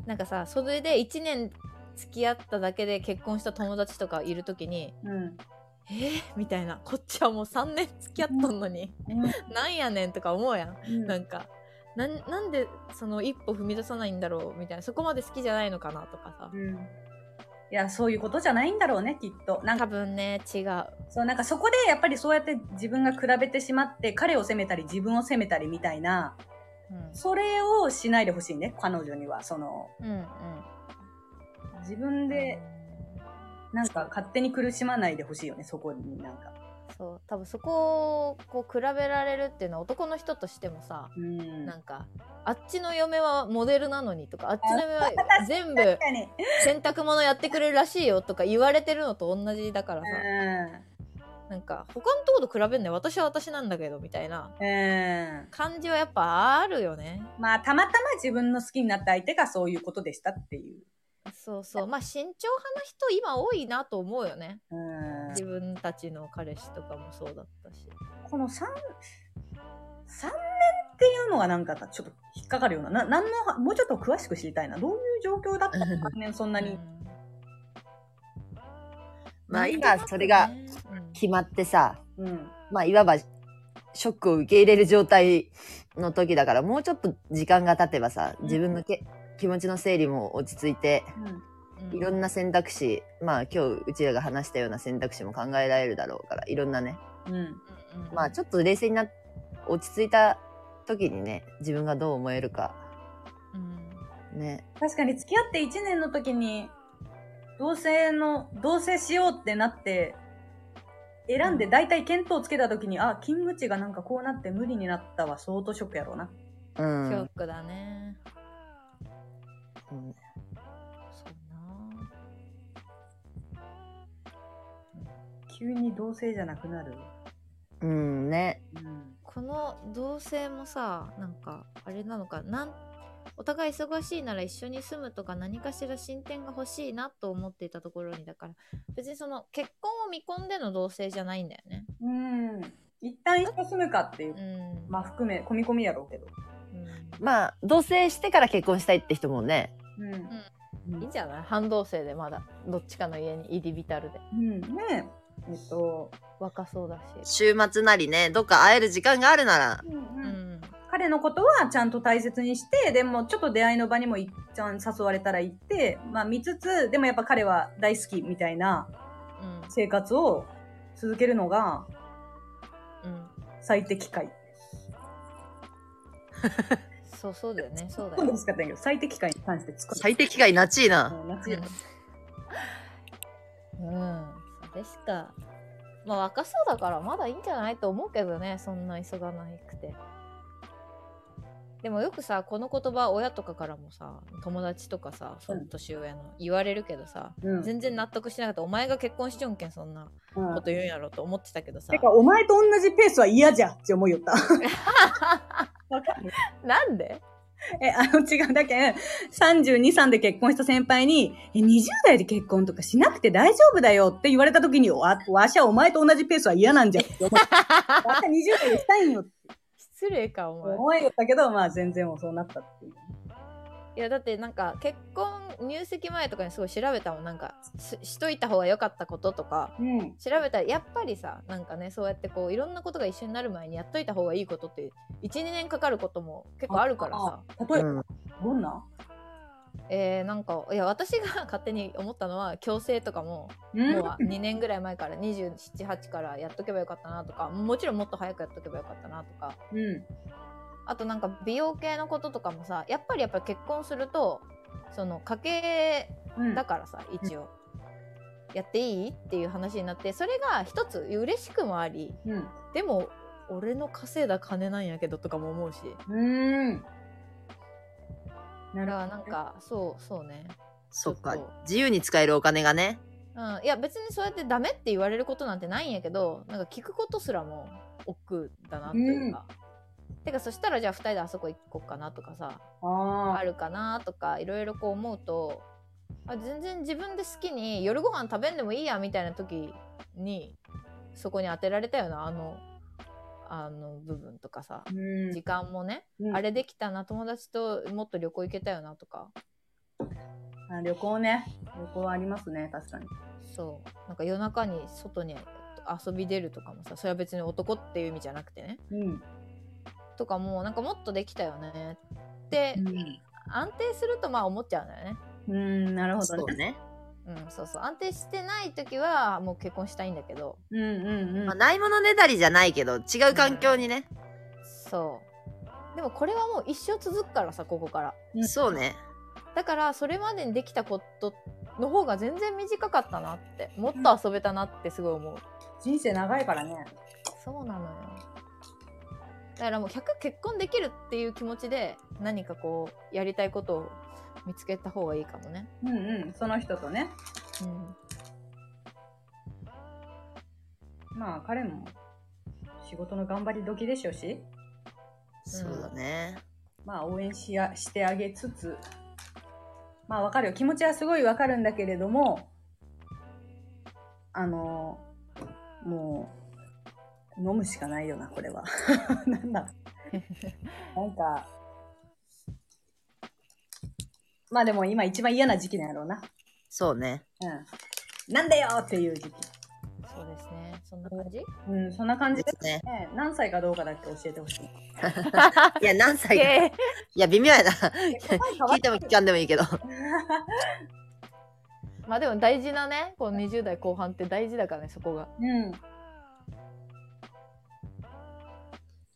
B: なんかさそれで1年付き合っただけで結婚した友達とかいる時に
A: うん。
B: 「えー、みたいなこっちはもう3年付き合ったのに、なんやねんとか思うやん
A: うん
B: なんかなんなんでその一歩踏み出さないんだろうみたいなそこまで好きじゃないのかなとかさ
A: うん。いや、そういうことじゃないんだろうね、きっと。なん
B: 多
A: か、
B: 分ね違う
A: そう、なんかそこでやっぱりそうやって自分が比べてしまって、彼を責めたり自分を責めたりみたいな、
B: うん
A: それをしないでほしいね、彼女には。その、
B: うん
A: 自分で、なんか勝手に苦しまないでほしいよね、そこになんか。
B: そう多分そこをこう比べられるっていうのは男の人としてもさ
A: うん。
B: な
A: 確
B: んかあっちの嫁はモデルなのにとかあっちの嫁は全部
A: かに。
B: 洗濯物やってくれるらしいよとか言われてるのと同じだからさ
A: う。
B: なんか他のとこと比べんね私は私なんだけどみたいなん
A: うん。
B: 感じはやっぱあるよね
A: まあ、たまたま自分の好きになった相手がそういうことでしたっていう。
B: そうそうまあ慎重派な人今多いなと思うよね
A: うん。
B: 自分たちの彼氏とかもそうだったし
A: この3、三年っていうのがなんかちょっと引っかかるような、な、なんの、もうちょっと詳しく知りたいな。どういう状況だったの三年そんな
B: う
A: に。
B: んなんとなくね
C: まあ今それが
B: うん
C: 決まってさ、
A: うん。
C: まあいわばショックを受け入れる状態の時だから、もうちょっと時間が経てばさ、自分のけ気持ちの整理も落ち着いて、いろんな選択肢、まあ今日うちらが話したような選択肢も考えられるだろうから、いろんなね、
A: うん。
B: うん
C: まあちょっと冷静になっ、落ち着いた時にね、自分がどう思えるか、
B: うん
C: ね。
A: 確かに付き合って1年の時に、同棲の、同棲しようってなって、選んで大体見当つけた時に、あ、勤務地がなんかこうなって無理になったは相当ショックやろうな。
C: う
B: ショ
C: ん
B: ッ。クだね
C: うん
B: そうな
A: 急に同棲じゃなくなる。
C: うんね。
A: うん。
B: この同棲もさなんかあれなのかなんお互い忙しいなら一緒に住むとか何かしら進展が欲しいなと思っていたところにだから別にその結婚を見込んでの同棲じゃないんだよね。
A: うん。一旦一緒住むかっていう
B: う。ん
A: まあ含め、込み込みやろうけど。
B: うん
C: まあ、同棲してから結婚したいって人もね、
A: うん。
B: いいんじゃない半同棲でまだどっちかの家に入り浸るで
A: うん、ねえ。えっと、
B: 若そうだし、
C: 週末なりね、どっか会える時間があるなら、
B: うん、
A: 彼のことはちゃんと大切にして、でもちょっと出会いの場にも一旦誘われたら行って、まあ見つつ、でもやっぱ彼は大好きみたいな
B: うん
A: 生活を続けるのが
B: うん、
A: 最適解。
B: そうそうだよねそうだ
A: 今度
B: よ
A: 欲しかったんやけど、最適解に関して作る。
C: 最適解なちいな。
A: うん夏やった
B: うん、それしか。まあ若そうだからまだいいんじゃないと思うけどね、そんな急がなくて。でもよくさ、この言葉親とかからもさ、友達とかさ、その年上の言われるけどさ、
A: うん
B: 全然納得しなかった。お前が結婚しちょんけんそんな
A: うん
B: こと言うんやろと思ってたけどさ
A: て。か、お前と同じペースは嫌じゃって思いよった。わかる
B: なんで
A: え、あの違う。だけん、32、3で結婚した先輩に、え、20代で結婚とかしなくて大丈夫だよって言われた時に、わ、わしはお前と同じペースは嫌なんじゃって思った。わしは20代でしたいんよって
B: 失礼か、お前。
A: 思いよったけど、まあ全然もうそうなったっていう。
B: いやだってなんか結婚入籍前とかにすごい調べたもんなんかししといた方が良かったこととか
A: うん。
B: 調べたらやっぱりさなんかねそうやってこういろんなことが一緒になる前にやっといた方がいいことって12年かかることも結構あるからさ
A: 例えば、
C: うん
A: どんな
B: えー、なんかいや私が勝手に思ったのは矯正とかももう2年ぐらい前から278からやっとけばよかったなとかもちろんもっと早くやっとけばよかったなとか
A: うん。
B: あとなんか美容系のこととかもさやっぱりやっぱり結婚するとその家計
A: うん。
B: だからさ一応、やっていいっていう話になってそれが一つ嬉しくもあり
A: うん。
B: でも俺の稼いだ金なんやけどとかも思うし
A: うん。な
B: だか
A: る
B: らなんかそうそうね
C: そっ
B: ち
C: か
B: ょっと。
C: 自由に使えるお金がね。
B: うん、いや別にそうやってダメって言われることなんてないんやけどなんか聞くことすらも億劫だなというか、てかそしたらじゃあ2人であそこ行こうかなとかさあ
A: あ
B: るかなとかいろいろこう思うとあ全然自分で好きに夜ご飯食べんでもいいやみたいな時にそこに当てられたよなあのあの部分とかさ
A: あ。うん
B: 時間もね、
A: うん
B: あれできたな友達ともっと旅行行けたよなとか
A: あ旅行ね。旅行ありますね、確かに。
B: そうなんか夜中に外に遊び出るとかもさそれは別に男っていう意味じゃなくてね
A: うん。
B: とかもなんかもっとできたよねって安定するとまあ思っちゃうんだよね
A: うん、なるほ
C: そ
A: ど
C: う
A: ね。
C: ね。
B: うんそうそう安定してない時はもう結婚したいんだけど
A: うんうんうん。
C: まあ、ないものねだりじゃないけど、違う環境にね。
B: そうでもこれはもう一生続くからさここから
A: うん
C: そうね。
B: だからそれまでにできたことの方が全然短かったなってもっと遊べたなってすごい思う
A: 人生長いからね。
B: そうなのよだからもう100結婚できるっていう気持ちで何かこうやりたいことを見つけた方がいいかもね
A: うんうん、その人とね。
B: うん
A: まあ、彼も仕事の頑張り時でしょうし、
C: そうだね。
A: まあ、応援しやしてあげつつ、まあ、わかるよ。気持ちはすごいわかるんだけれども、あの、もう、飲むしかないよな、これは。 なん だ。なんか、まあでも今一番嫌な時期なんやろうな。
C: そうね。
A: うん。なんだよっていう時期。
B: そうですねそんな感じ
A: うん、そんな感
C: で
A: じ
C: すね。
A: ね、何歳かどうかだけ教えてほしい。
C: いや、何歳か。いや、微妙やな。聞いても聞かんでもいいけど。
B: まあでも大事なねこの20代後半って大事だからねそこが
A: うん。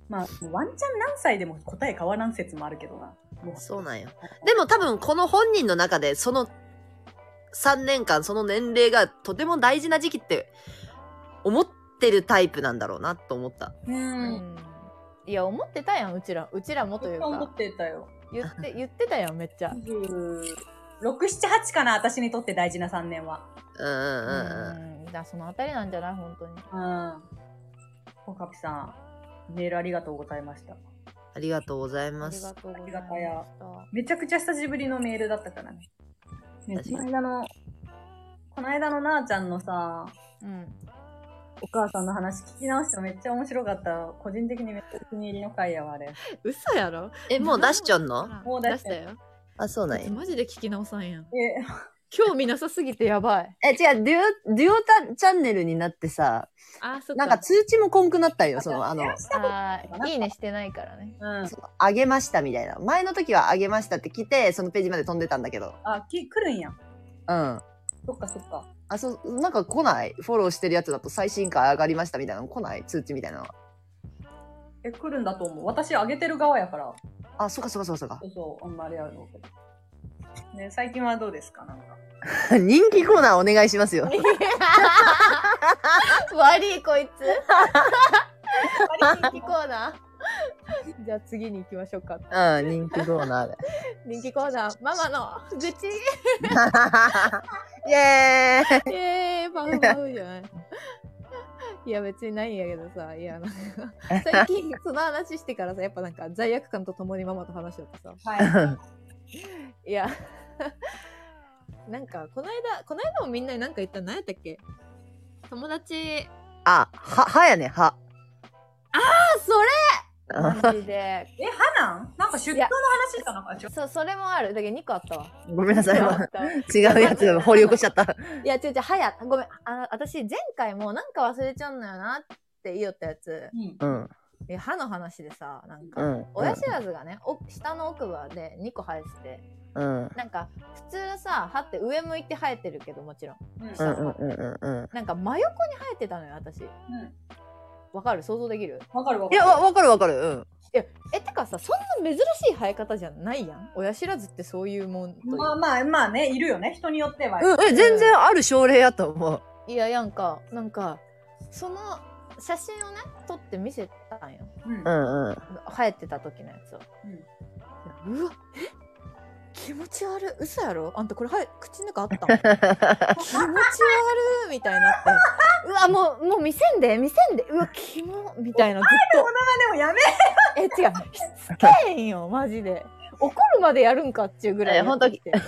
A: まあ、ワンチャン何歳でも答え変わらん説もあるけどな。もう
C: そうなんよ。でも多分この本人の中でその3年間その年齢がとても大事な時期って思ってるタイプなんだろうなと思った。
A: う。
B: うんんいや思ってたやんうちらうちらもと
A: ず
B: い
A: っ
B: う
A: と思
B: か
A: ってたよ。
B: 言って言ってたやんめっちゃ
A: 26、7、8かな、私にとって大事な3年は。
C: うんうん
B: う
C: うんうん。
B: んだからそのあたりなんじゃない本当に
A: うん。ポカピさん、メールありがとうございました。
C: ありがとうござい
B: あ
C: ま
B: りが
C: す。
B: とうございま
A: ありがたや
B: した
A: めちゃくちゃ久しぶりのメールだったからね。ね
C: 確
A: この
C: かに
A: 間の、この間のなあちゃんのさ、
B: うん
A: お母さんの話聞き直してめっちゃ面白かった。個人的にめっちゃお気に入りの回やわ、あれ。
B: 嘘やろ
C: え、もう出しちゃうの
B: もう出したよ。
C: あ、そうなんや。
B: マジで聞き直さんやん。
A: え、
B: 興味なさすぎてやばい。
C: え、違う、デュオ、デュオタチャンネルになってさ、
B: あ、そっか。
C: なんか通知もこんくなったんよ、その、あの、
B: あーいいねしてないからね。
A: うん。
C: そのあげましたみたいな。前の時はあげましたって来て、そのページまで飛んでたんだけど。
A: あ、き、来るんや。
C: うん。
A: そっかそっか。
C: あ、そう、なんか来ないフォローしてるやつだと最新回上がりましたみたいなの来ない通知みたいなのは。
A: え、来るんだと思う。私、あげてる側やから。
C: あ、そうかそうかそうかそうか
A: そ。うそう、あんまりあるのけど。ね、最近はどうですかなんか。
C: 人気コーナーお願いします よ。
B: 悪いこいつ。人気コーナー。じゃあ次に行きましょうか。
C: うん、人気コー ナーで。
B: 人気コーナー、ママの愚痴。
C: イエーイ
B: ええ、バフバフじゃない。 いや別にないんやけどさ、いやなんか 最近その話してからさ、やっぱなんか罪悪感とともにママと話しててさ、
A: はい。
B: いや、 なんか、この間、この間もみんなに何か言ったの何やったっけ友達、
C: あ、は、はやね、は。
B: あ、そ
C: うん
B: れマジ で。
A: え、はなんなんか出張の話したのかちょ
B: そう、それもある。だけど2個あったわ。
C: ごめんなさい、
B: 二個
C: 今
B: あったわ
C: 違うやつが掘り起こしちゃった。
B: いや、違う違う、はや、ごめん。あ私、前回もなんか忘れちゃうんだよなって言いよったやつ。
A: うん。
C: うん、
B: いや歯の話でさ、なんか、
C: うん。
B: 親知らずがね、お下の奥歯で2個生えてて、
C: うん、うん、
B: なんか、普通さ、歯って上向いて生えてるけど、もちろん。
A: うん
C: うん、うん、うん。うん
B: なんか、真横に生えてたのよ、私。
A: うん。
B: わかる想像できる
A: わかるわ
C: い
A: かる。
C: や、わ、わかるわかる。うん。
B: えてかさそんな珍しい生え方じゃないやん親知らずってそういうもんという
A: まあまあまあね、いるよね。人によっては。
C: うん、え、全然ある症例やと思う。
B: いややんかなんかその写真をね撮って見せたんよ
A: うん
C: うん、うん。
B: 生えてた時のやつを、うわえ気持ち悪い嘘やろあんたこれはい口の中あった 気持ち悪いみたいになってうわもうもう見せんで見せんでうわキモみたいなずっ
A: もやめ
B: とえ違うしつけんよマジで怒るまでやるんかっていうぐらい
C: えほんと
B: やってきて
C: 煽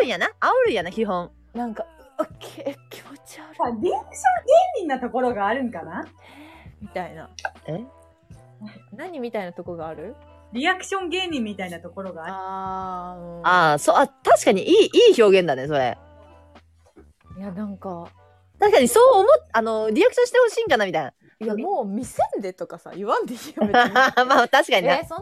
C: るんやな煽るんやな基本
B: なんかうわきえ気持ち悪い
A: リアクション芸人なところがあるんかな
B: みたいな
C: え
B: 何みたいなとこがある
A: リアクション芸人みたいなところがある。
B: あー、うん、
C: ああそうあ確かにいいいい表現だねそれ
B: いやなんか
C: 確かにそう思っあのリアクションしてほしいんかなみたい
B: いやもう見せんでとかさ言わん でいいよ別に
C: なまあ確かに
B: え
C: ね
B: ーそんなマイク入っちゃ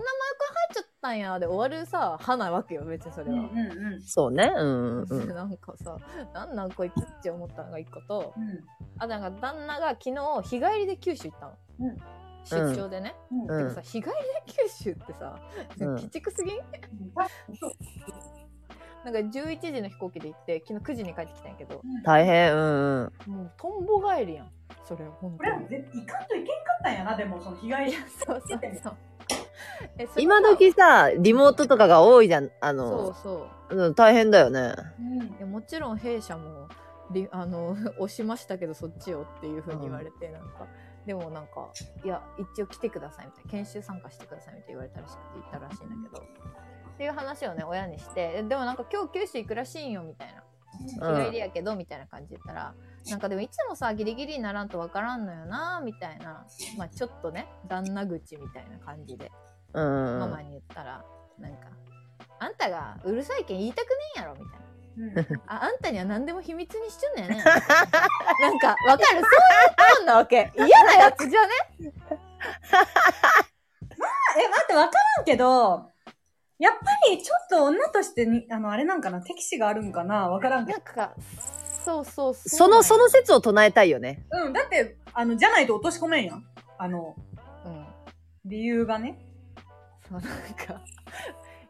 B: ったんやで終わるさ歯なわけよ別にそれ
A: うんうん
B: は
A: う、ん。
C: そうねうんうんうん
B: なんかさなんなんこいつって思ったのが一個と
A: うん
B: あなんか旦那が昨日日帰りで九州行ったの、
A: うん
B: 出張でね、
A: うん
C: う
B: てか
C: ん
B: さ日帰りで九州ってさ、
C: うん
B: 鬼畜すぎんなんか11時の飛行機で行って昨日9時に帰ってきたんやけど
C: 大変うんうん
B: もうとんぼ返りやんそれは本
A: こ
B: 当
A: れは
B: に
A: 絶いかんといけんかったんやな、でも、その被害
B: い
A: 者
B: や。そうそうそうえそれは
C: 今時さリモートとかが多いじゃんあ
B: そ
C: の
B: うそう
C: うん大変だよね
A: うん
B: いやもちろん弊社もり あの押しましたけどそっちをっていうふうに言われて、なんかでもなんかいや一応来てくださいみたいな研修参加してくださいみたいな言われたらしくて行ったらしいんだけどっていう話をね親にしてえでもなんか今日九州行くらしいんよみたいな
C: うん
B: 日帰りやけどみたいな感じで言ったら、なんかでもいつもさギリギリにならんとわからんのよなみたいなまあちょっとね旦那口みたいな感じで
C: うんう
B: マ
C: ん
B: マに言ったら、なんかあんたがうるさいけん言いたくねえんやろみたいな。
A: うん
B: ああんたには何でも秘密にしちゅんねんねなんかわかるそういうトーンなわけ嫌なやつじゃね
A: え、待って、わからんけど、やっぱりちょっと女としてに、あの、あれなんかな、敵視があるんかな、わからんけ
B: な
A: ど。
B: んかそうそうそう
C: そのその説を唱えたいよね
A: うん、だって、あの、じゃないと落とし込めんやん。あの、
B: うん
A: 理由がね。
B: そうなんか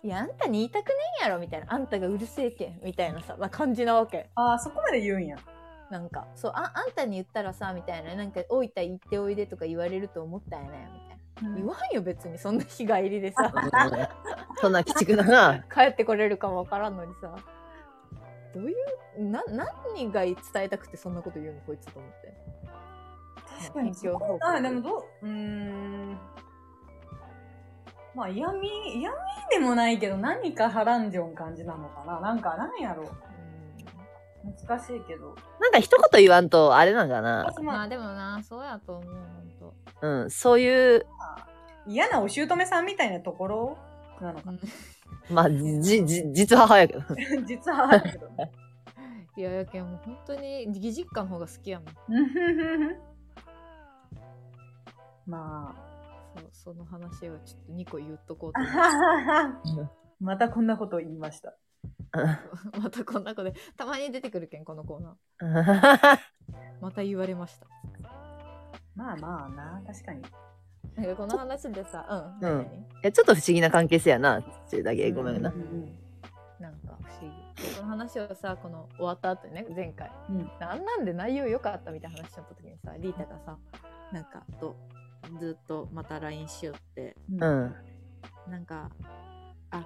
B: いやあんたに言いたくねえんやろみたいなあんたがうるせえけんみたいなさな感じなわけ
A: ああ、そこまで言うんや。
B: なんかそうああんたに言ったらさみたいななんか大分行っておいでとか言われると思ったんやねみたいな言わんよ別にそんな日帰りで さ
C: うんそんな鬼畜だな
B: 帰ってこれるかもわからんのにさどういうな何が伝えたくてそんなこと言うのこいつと思って
A: 確かにそこあでもどううーんまあ嫌味嫌味でもないけど何かはらんじょん感じなのかななんかなんやろ難しいけど
C: なんか一言言わんとあれなんかな
B: うんまあでもなそうやと思う本
C: うんそういう
A: 嫌なお姑さんみたいなところなのかな
C: まあじじ実は早く
A: 実はあるけどね
B: 当いややけんもう本当に義実感の方が好きやもん
A: うんふんふんふんま
B: そうその話をちょっと2個言っとこうと
A: あ
B: 思っ
A: あ はは またこんなこと言いました
B: てまたこんな子でたまに出てくるけんこのコーナー また言われました
A: まあまあな確かに
B: なんかこの話でさうん、
C: う
B: 何
C: んいやちょっと不思議な関係性やなちゅだけごめんな
A: うん
B: なんか不思議この話をさこの終わった後にね前回、
A: うん
B: なんなんで内容良かったみたいな話しちゃった時にさリータがさなんかとずっとまた LINE しよって
A: うん
C: う
A: うん
C: ん
B: なんかあ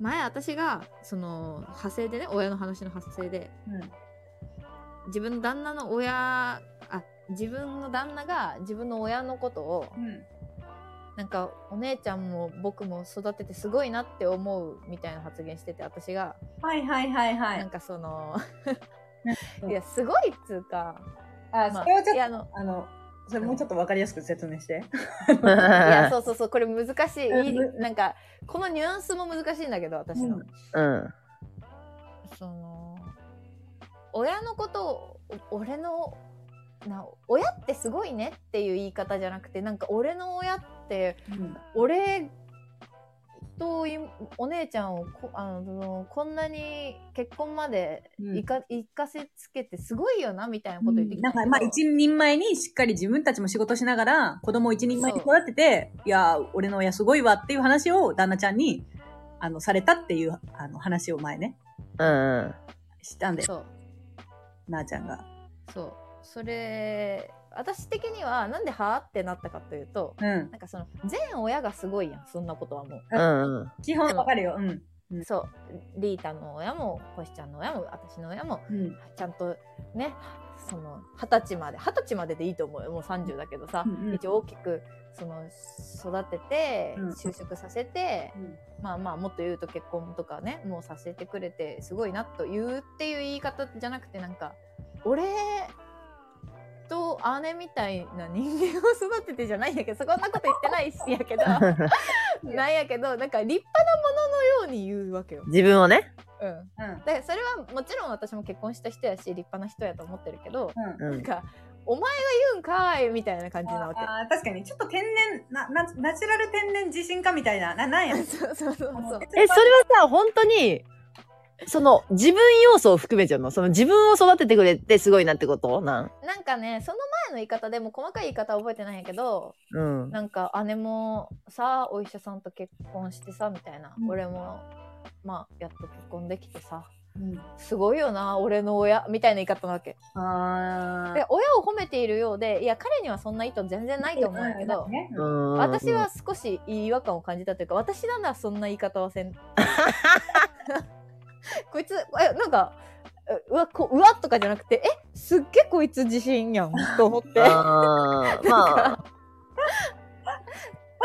B: 前私がその派生でね親の話の派生で自分の旦那の親あ自分の旦那が自分の親のことを
A: うん
B: なんかお姉ちゃんも僕も育ててすごいなって思うみたいな発言してて私が
A: はいはいはいは
B: ないんかその
A: うん
B: いやすごいっつうか、
A: あ
B: ま
A: そ
B: あ、
A: れをちょっ
B: い
A: と
B: やあの
A: あの、それもうちょっとわかりやすく説明して。
B: いやそうそうそうこれ難しい
A: うん
B: いいなんかこのニュアンスも難しいんだけど私の、
A: うん
C: うん
B: その親のことをお俺のな親ってすごいねっていう言い方じゃなくてなんか俺の親って俺といお姉ちゃんをこあのそのこんなに結婚までいか,、いかせつけてすごいよなみたいなこと言ってきた
A: なん
B: だけ
A: か、
B: ど
A: まあ、一人前にしっかり自分たちも仕事しながら、子供を一人前に育てて、いやー、俺の親すごいわっていう話を旦那ちゃんに、あの、されたっていう、あの、話を前ね、
C: うんうん
A: したんで、
B: そう
A: なあちゃんが。
B: そうそれ私的にはなんではあってなったかというと
A: うん。
B: なんかその全親がすごいやんそんなことはも
C: うんうん。
A: 基本わかるよ。うん。
B: うそうリータの親もコシちゃんの親も私の親も
A: うん。
B: ちゃんとねその二十歳まで二十歳まででいいと思うよもう30だけどさ、
A: うんうん
B: 一応大きくその育てて
A: うん
B: 就職させて、
A: うん
B: まあまあもっと言うと結婚とかねもうさせてくれてすごいなと言うっていう言い方じゃなくてなんか俺と姉みたいな人間を育ててじゃないんだけどそんなこと言ってないしやけどなんやけどなんか立派なもののように言うわけよ。
C: 自分をね。
B: うん
A: うん。
B: でそれはもちろん私も結婚した人やし立派な人やと思ってるけど、
C: う
B: なん
C: ん。
B: か「お前が言うんかーい」みたいな感じなわけ。
A: あー確かに、ちょっと天然、な、な、ナチュラル天然自信家みたいな、な、なんや。
B: そうそうそうそう
C: え、それはさ、本当に、その自分要素を含めちゃうのその自分を育ててくれてすごいなってことなん
B: なんかねその前の言い方でも細かい言い方は覚えてないんやけど
C: うん。
B: なんか姉もさお医者さんと結婚してさみたいな、
A: うん
B: 俺もまあやっと結婚できてさ
A: うん
B: すごいよな俺の親みたいな言い方なわけ
A: あ
B: で親を褒めているようでいや彼にはそんな意図全然ないと思うんやけど、
A: ね
C: うん
B: 私は少し違和感を感じたというか私ならそんな言い方はせ んこいつえなんかえうわこううわっとかじゃなくてえすっげえこいつ自信やんと思ってなんか
C: あー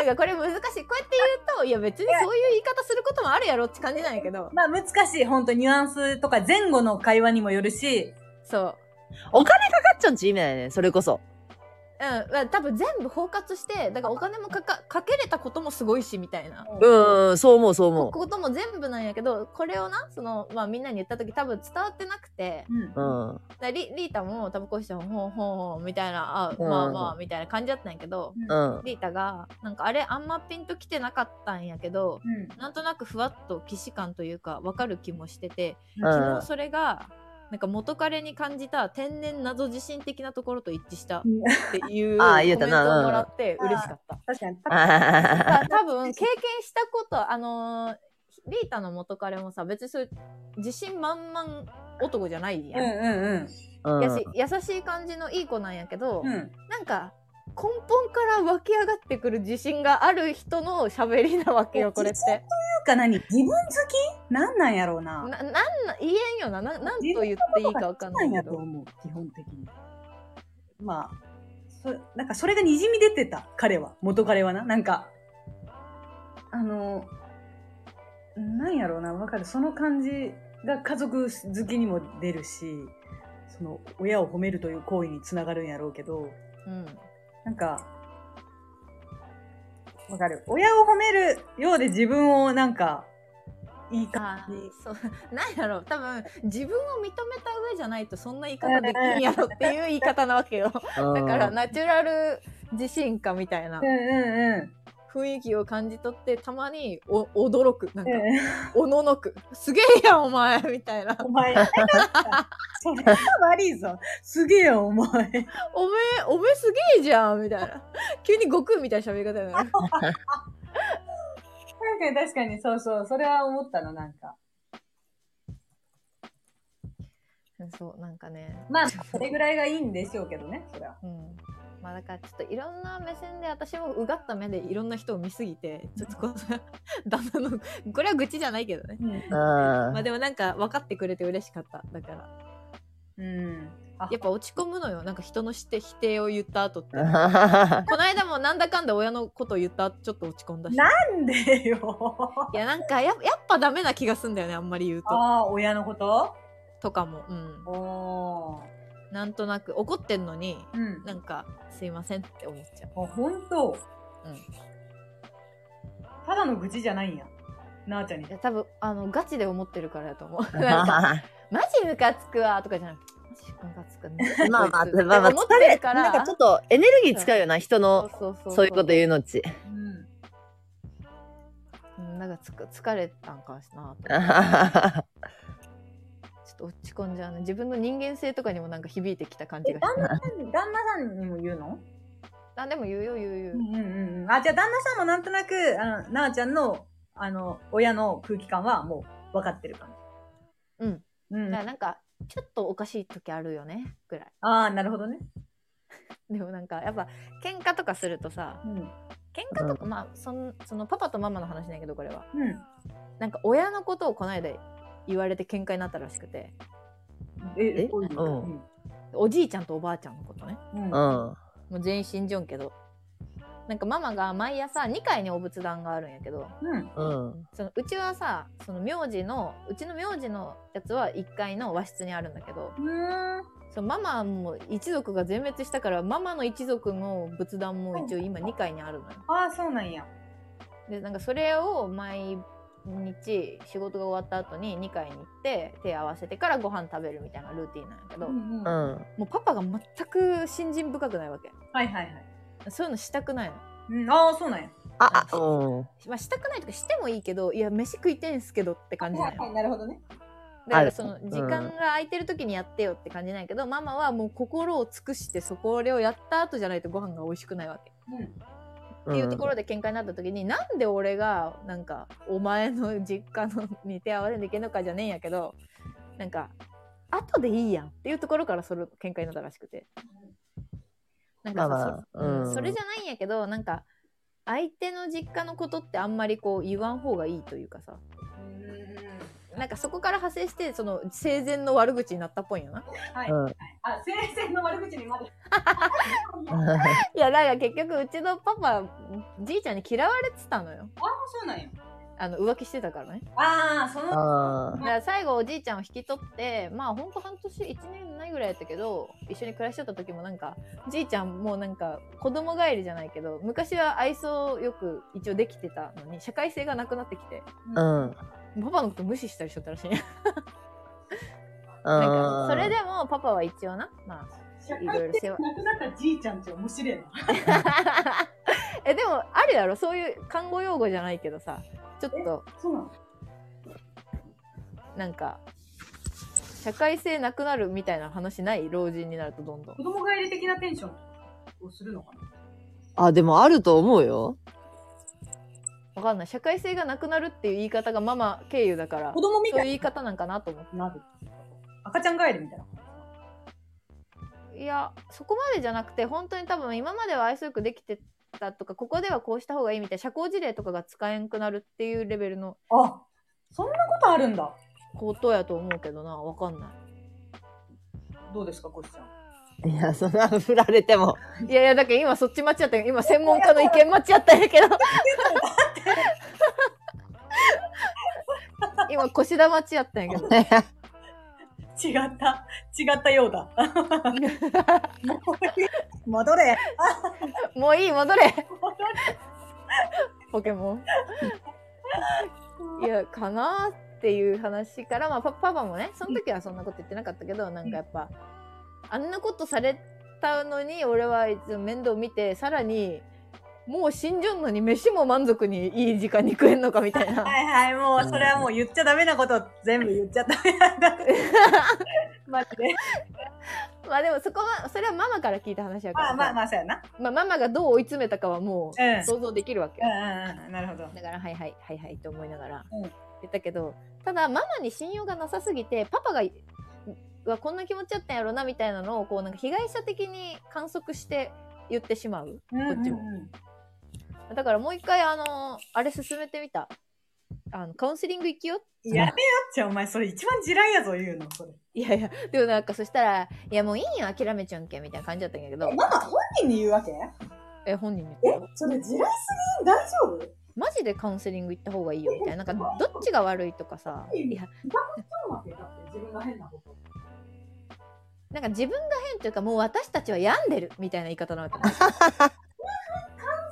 C: まあ、
B: これ難しいこうやって言うといや別にそういう言い方することもあるやろって感じなんやけど
A: まあ難しい、本当ニュアンスとか前後の会話にもよるし、
B: そう
C: お金かかっちゃうんち意味ないね。それこそ。
B: うんまあ、多分全部包括してだからお金もかかかけれたこともすごいしみたいな
C: うんうん、そう思う、そう思
B: ことも全部なんやけどこれをなその、まあ、みんなに言った時多分伝わってなくて
A: うん
C: う。うん。
B: だリリータもタバコしてほんほんほんみたいなあ、
C: うん
B: まあまあみたいな感じだったんやけど
C: うん。
B: リータがなんかあれあんまピンときてなかったんやけど
A: うん。
B: なんとなくふわっと既視感というか分かる気もしてて
C: うん
B: 昨日それがなんか元彼に感じた天然謎自信的なところと一致したっていうコ
C: あー
B: メ
C: 言
B: ン
C: えた
B: トを
C: な
B: もらって嬉しかった。
A: 確かに。
C: あ
B: た多分経験したことあのーリータの元彼もさ別にそういう自信満々男じゃないや
A: うん
B: ん
A: うん
C: ー
B: やし優しい感じのいい子なんやけど、
A: うん。うん。
B: なんか根本から湧き上がってくる自信がある人の喋りなわけよこれっ
A: 自信
B: て
A: なんか何自分好きなんなんやろうな。
B: ななんな言えんよなななんと言っていいかわかんな
A: 自分のことが好き
B: い
A: んや
B: け
A: と
B: ど
A: 思う、基本的に。まあ、そなんかそれがにじみ出てた、彼は。元彼はな。なんか、あの、なんやろうな、わかる。その感じが家族好きにも出るし、その、親を褒めるという行為につながるんやろうけど、
B: うん
A: なんか、わかる。親を褒めるようで自分をなんか、いい感
B: あ
A: じ。
B: ーそう なんやろ多分自分を認めた上じゃないとそんな言い方できんやろっていう言い方なわけよだからナチュラル自信家みたいな
A: うんうんうん。
B: 雰囲気を感じ取ってたまにお驚くなんか
A: うん
B: おののくすげえやんお前みたいな
A: お前、 それは悪いぞ。すげえよ、お前。
B: おめえ、おめえすげえじゃんみたいな。 急に悟空みたいな喋り方だよね。
A: 確かに確かに、そうそう、それは思ったの、なんか。
B: そう、なんかね。
A: まあ、それぐらいがいいんでしょうけどね、それは。
B: うん。まあだからちょっといろんな目線で私もうがった目でいろんな人を見すぎて、ちょっとこの 旦那の、これは愚痴じゃないけどね。まあでもなんか分かってくれて嬉しかった。だから。
A: うん。
B: やっぱ落ち込むのよ。なんか人のして否定を言った後って。こ
C: あ
B: の間もなんだかんだ親のことを言った後ちょっと落ち込んだし。
A: ないんでよ。
B: やなんかややっぱダメな気がすんだよね。あんまり言うと。
A: ああ、親のこと
B: とかも。うん。
A: おー。
B: なんとなく怒ってんのに、
A: うん。
B: なんかすいませんって思っちゃう。
A: あ、ほんと。
B: うん。
A: ただの愚痴じゃないんや。なあちゃんに
B: い。や多分あのガチで思ってるからやと思 う。なんかマジムカつくわとかじゃなくて、マジムカつくね。
C: まあまあ、
B: こいつ
C: まあまあ、
B: って思っ
C: 疲
B: て
C: れ
B: るか
C: なん
B: ら。
C: かちょっとエネルギー使うよな、人の、
B: そうそう
C: そういうこと言うのっち。
A: うん。
B: うん。なんかつく疲れたんかしなと。ちょっと落ち込んじゃうね。自分の人間性とかにもなんか響いてきた感じ
A: え、
B: がし
A: 旦那さん、旦那さんにも言うの
B: た。あでも言うよ言うよ。
A: うんうんうん。あ、じゃあ旦那さんもなんとなく、あの、なあちゃんの、あの、親の空気感はもう分かってる感
B: うん。
A: じ。う
B: だ
A: ん。
B: か
A: あ
B: らなんかちょっとおかしい時あるよねぐらい。
A: あー、なるほどね。
B: でもなんかやっぱ喧嘩とかするとさ
A: うん。
B: 喧嘩とか、
C: う
B: まあそのそのパパとママの話だけどこれは
A: うん。
B: なんか親のことをこの間言われて喧嘩になったらしくて
A: え
C: え
A: こういうの
C: う
B: おじいちゃんとおばあちゃんのことね
A: うん。
C: う
A: うん
C: ん。
B: もう全員死んじょんけどなんかママが毎朝2階にお仏壇があるんやけど
A: うん。
C: うん。
B: そのうちはさその名字のうちの名字のやつは1階の和室にあるんだけど
A: うん。
B: そうママも一族が全滅したからママの一族の仏壇も一応今2階にあるのよ。
A: ああ、そうなんや。
B: でなんかそれを毎日仕事が終わった後に2階に行って手合わせてからご飯食べるみたいなルーティンなんやけど、
A: う
B: も
A: んうん。
C: う
A: はい
C: ん。
B: うパパが全く信心深くないわけ
A: はいはい。
B: そういうのしたくないの。
A: うん。ああ、そうなんや。
C: あ、あ、うん。
B: まあ、したくないとかしてもいいけどいや飯食いてんすけどって感じなんよ
A: なるほどね。
B: だか
C: あ
B: らその時間が空いてる時にやってよって感じなんやけど、ママはもう心を尽くしてそこをやった後じゃないとご飯が美味しくないわけ。っていうところで喧嘩になった時に、なんで俺がなんかお前の実家のに手合わせできるのかじゃねえんやけどなんか後でいいやんっていうところからそれ喧嘩になったらしくてなんかさ、
C: まあまあ
B: そうん
C: うん
B: それじゃないんやけどなんか相手の実家のことってあんまりこう言わん方がいいというかさ
A: うん。
B: なんかそこから派生してその生前の悪口になったっぽいんよな
A: あ、先生の悪口にまで。
C: う
A: あ
B: い
C: ん。
B: やだから結局うちのパパじいちゃんに嫌われてたのよ
A: あ、そうなんや。
B: あの浮気してたからね
A: ああ、その。
C: あ
B: だから最後おじいちゃんを引き取ってまあほんと半年1年ないぐらいやったけど一緒に暮らしとった時もなんかじいちゃんもうなんか子供帰りじゃないけど昔は愛想よく一応できてたのに社会性がなくなってきて
C: あ。うん。
B: パパのこと無視したりしとったらしいねなん
C: う
B: か
C: ん。
B: それでもパパは一応なまあ
A: 社
B: いろい
A: 会
B: ろ
A: 的
B: 世話
A: なくなったじいちゃんって面白いな。
B: えでもあるやろそういう看護用語じゃないけどさちょっと
A: そうなの。
B: なんか社会性なくなるみたいな話ない老人になるとどんどん
A: 子供帰り的なテンションをするのかな。
C: あ、でもあると思うよ。
B: わかんない社会性がなくなるっていう言い方がママ経由だから
A: 子供み
B: そうい
A: た
B: う
A: い
B: 言い方なんかなと思っ
A: になる。赤ちゃん帰りみたいな。
B: ていやそこまでじゃなくて本当に多分今までは愛想よくできてたとかここではこうした方がいいみたいな社交辞令とかが使えんくなるっていうレベルの
A: あ、そんなことあるんだ。
B: ことやと思うけどなわかんな
A: どうですか、コシちゃん。
C: いや、そんな振られても。
B: いいやいやだけど今そっち待ち やったよ今専門家の意見待ちやったんやけど今腰田待ちやったんやけ ど
A: 違った。違ったよう だ。
D: 戻れ
B: もういい戻れ ポケモン。いや、かなっていう話から、まあ、パパパもね、その時はそんなこと言ってなかったけど、なんかやっぱ、あんなことされたのに、俺はいつも面倒見て、さらに、もう死んじゃうのに、飯も満足にいい時間に食えんのかみたいな。
A: はいはい、もう、それはもう言っちゃダメなこと全部言っちゃダメなんだ。 マジで。
B: まあでもそこは、それはママから聞いた話やから
A: まあま
B: さ。
A: あまあ、そうやな。
B: まあママがどう追い詰めたかはも
A: うん
B: う想像できるわけ。
A: うんうんうん、なるほど。
B: だからはいはいはいはいと思いながら
A: うん
B: 言ったけど、ただママに信用がなさすぎてパパがはこんな気持ちやったんやろなみたいなのをこうなんか被害者的に観測して言ってしまう
A: うん
B: こっちもだからもう一回あのあれ進めてみたあのカウンセリング行きよ
A: やめよっちゃ、お前、それ一番地雷やぞ、言うの、それ。
B: いやいやでもなんかそしたら「いやもういいよ諦めちゃうんけ」みたいな感じだったんやけど
A: ママ、本人に言うわけ
B: え本人に言ってよ
A: それ地雷すぎ大丈夫そ
B: マジでカウンセリング行った方がいいよみたいななんかどっちが悪いとかさいや
A: うわけだって、自分が変なこと。
B: なんか自分が変というかもう私たちは病んでるみたいな言い方なわけね
A: カウン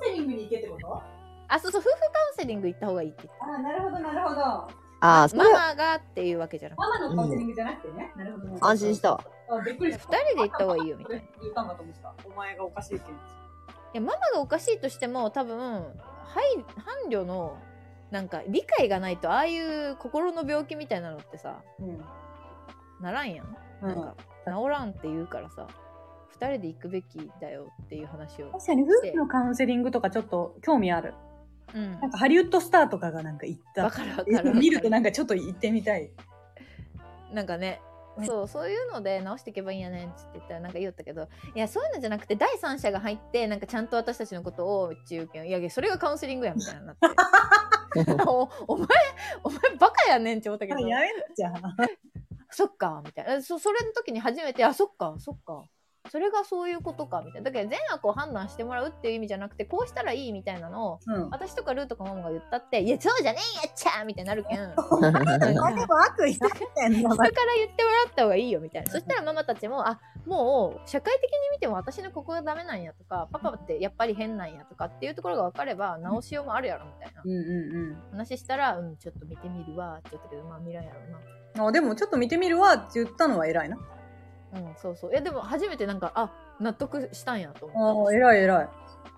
A: セリングに行けってこと
B: あ、そうそう、夫婦カウンセリング行った方がいいって言って
A: ああ、なるほど、なるほど。
C: あ、そ
B: マ
C: れ
B: マがっていうわけじゃなくて、
A: ママのカウンセリングじゃなくてね。なるほどなるほど。
C: 安心したわ。
A: あ。びっくり
B: 二
A: した。
B: 人で行った方がいいよみたいな。い
A: 言ったんかと思ってた。お前がおかしいって言うんです
B: や、ママがおかしいとしても、多分、はい、伴侶の、なんか、理解がないと、ああいう心の病気みたいなのってさ、ならんやん。
A: うん。
B: なんか、治らんって言うからさ、二人で行くべきだよっていう話を。
A: 確かに夫婦のカウンセリングとかちょっと興味ある。
B: うん
D: な。んかハリウッドスターとかがなんか行った
B: わかるわかる。
D: 見ると
B: な
D: なんかちょっと行ってみたい。
B: なんかね、そうそういうので直していけばいいんやねんって言ったらなんか言おったけどいやそういうのじゃなくて第三者が入ってなんかちゃんと私たちのことをっていうけんいやいやそれがカウンセリングやみたいになって おお前お前バカやねんって思ったけ
D: や
B: ど
D: めちゃう。
B: そっかみたいなそそれの時に初めてあそっかそっかそれがそういうことかみたいなだから善悪を判断してもらうっていう意味じゃなくてこうしたらいいみたいなのを
D: うん。
B: 私とかルーとかママが言ったって「いやそうじゃね えやっちゃ!」みたいになるけん人か
D: あでも悪意だってんの。
B: ら言ってもらった方がいいよみたいなそしたらママたちも「あもう社会的に見ても私のここがダメなんや」とか「パパってやっぱり変なんや」とかっていうところが分かれば直しようもあるやろみたいな
D: うんう
B: 話したら「うんちょっと見てみるわ」って言ったけどまあ見らんやろうな
D: うん。あでもちょっと見てみるわって言ったのは偉いな。
B: うん、そうそう。いや、でも初めてなんか、あ、納得したんやと
D: あ
B: 思っ
D: あ
B: た。
D: 偉い偉い。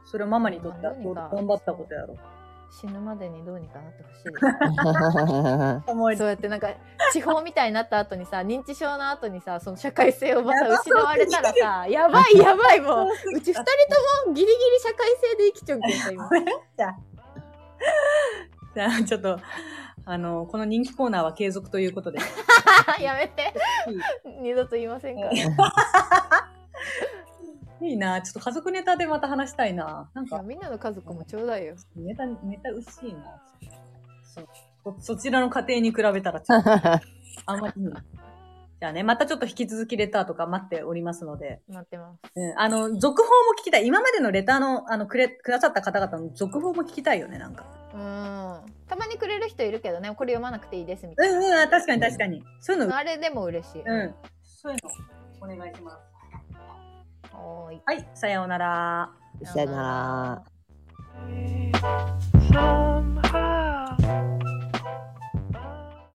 D: それはママにとっては
B: 何が
D: 頑張ったことやろ。
B: 死ぬまでにどうにかなってほしいです
D: 思い
B: ね。そうやってなんか、地方みたいになった後にさ、認知症の後にさ、その社会性をまた
D: やば
B: 失われたらさ、やばいやば いもう、うち二人ともギリギリ社会性で生きちょんけんさ、今。
A: じゃあ、ちょっと、あの、この人気コーナーは継続ということ で。
B: やめて。二度と言いませんから。い
A: いいな。ちょっと家族ネタでまた話したいな。なん
B: や
A: か、
B: みんなの家族もちょうだいよ。
A: ネタ、ネタ薄いな。そうそそちらの家庭に比べたら、ちょ っとあんまりに。じゃあね、またちょっと引き続きレターとか待っておりますので、
B: 待ってます。
A: うん、あの、続報も聞きたい。今までのレターの、あの、くれ、くださった方々の続報も聞きたいよね、なんか。
B: うん。たまにくれる人いるけどね、これ読まなくていいですみ
A: う
B: たい
A: ん
B: な。
A: うん、確かに確かに。そういうの、
B: あれでも嬉しい。
A: うん。そういうの、お願いします。
B: おーい。
A: はい、さようなら。
C: さよなら。
D: 「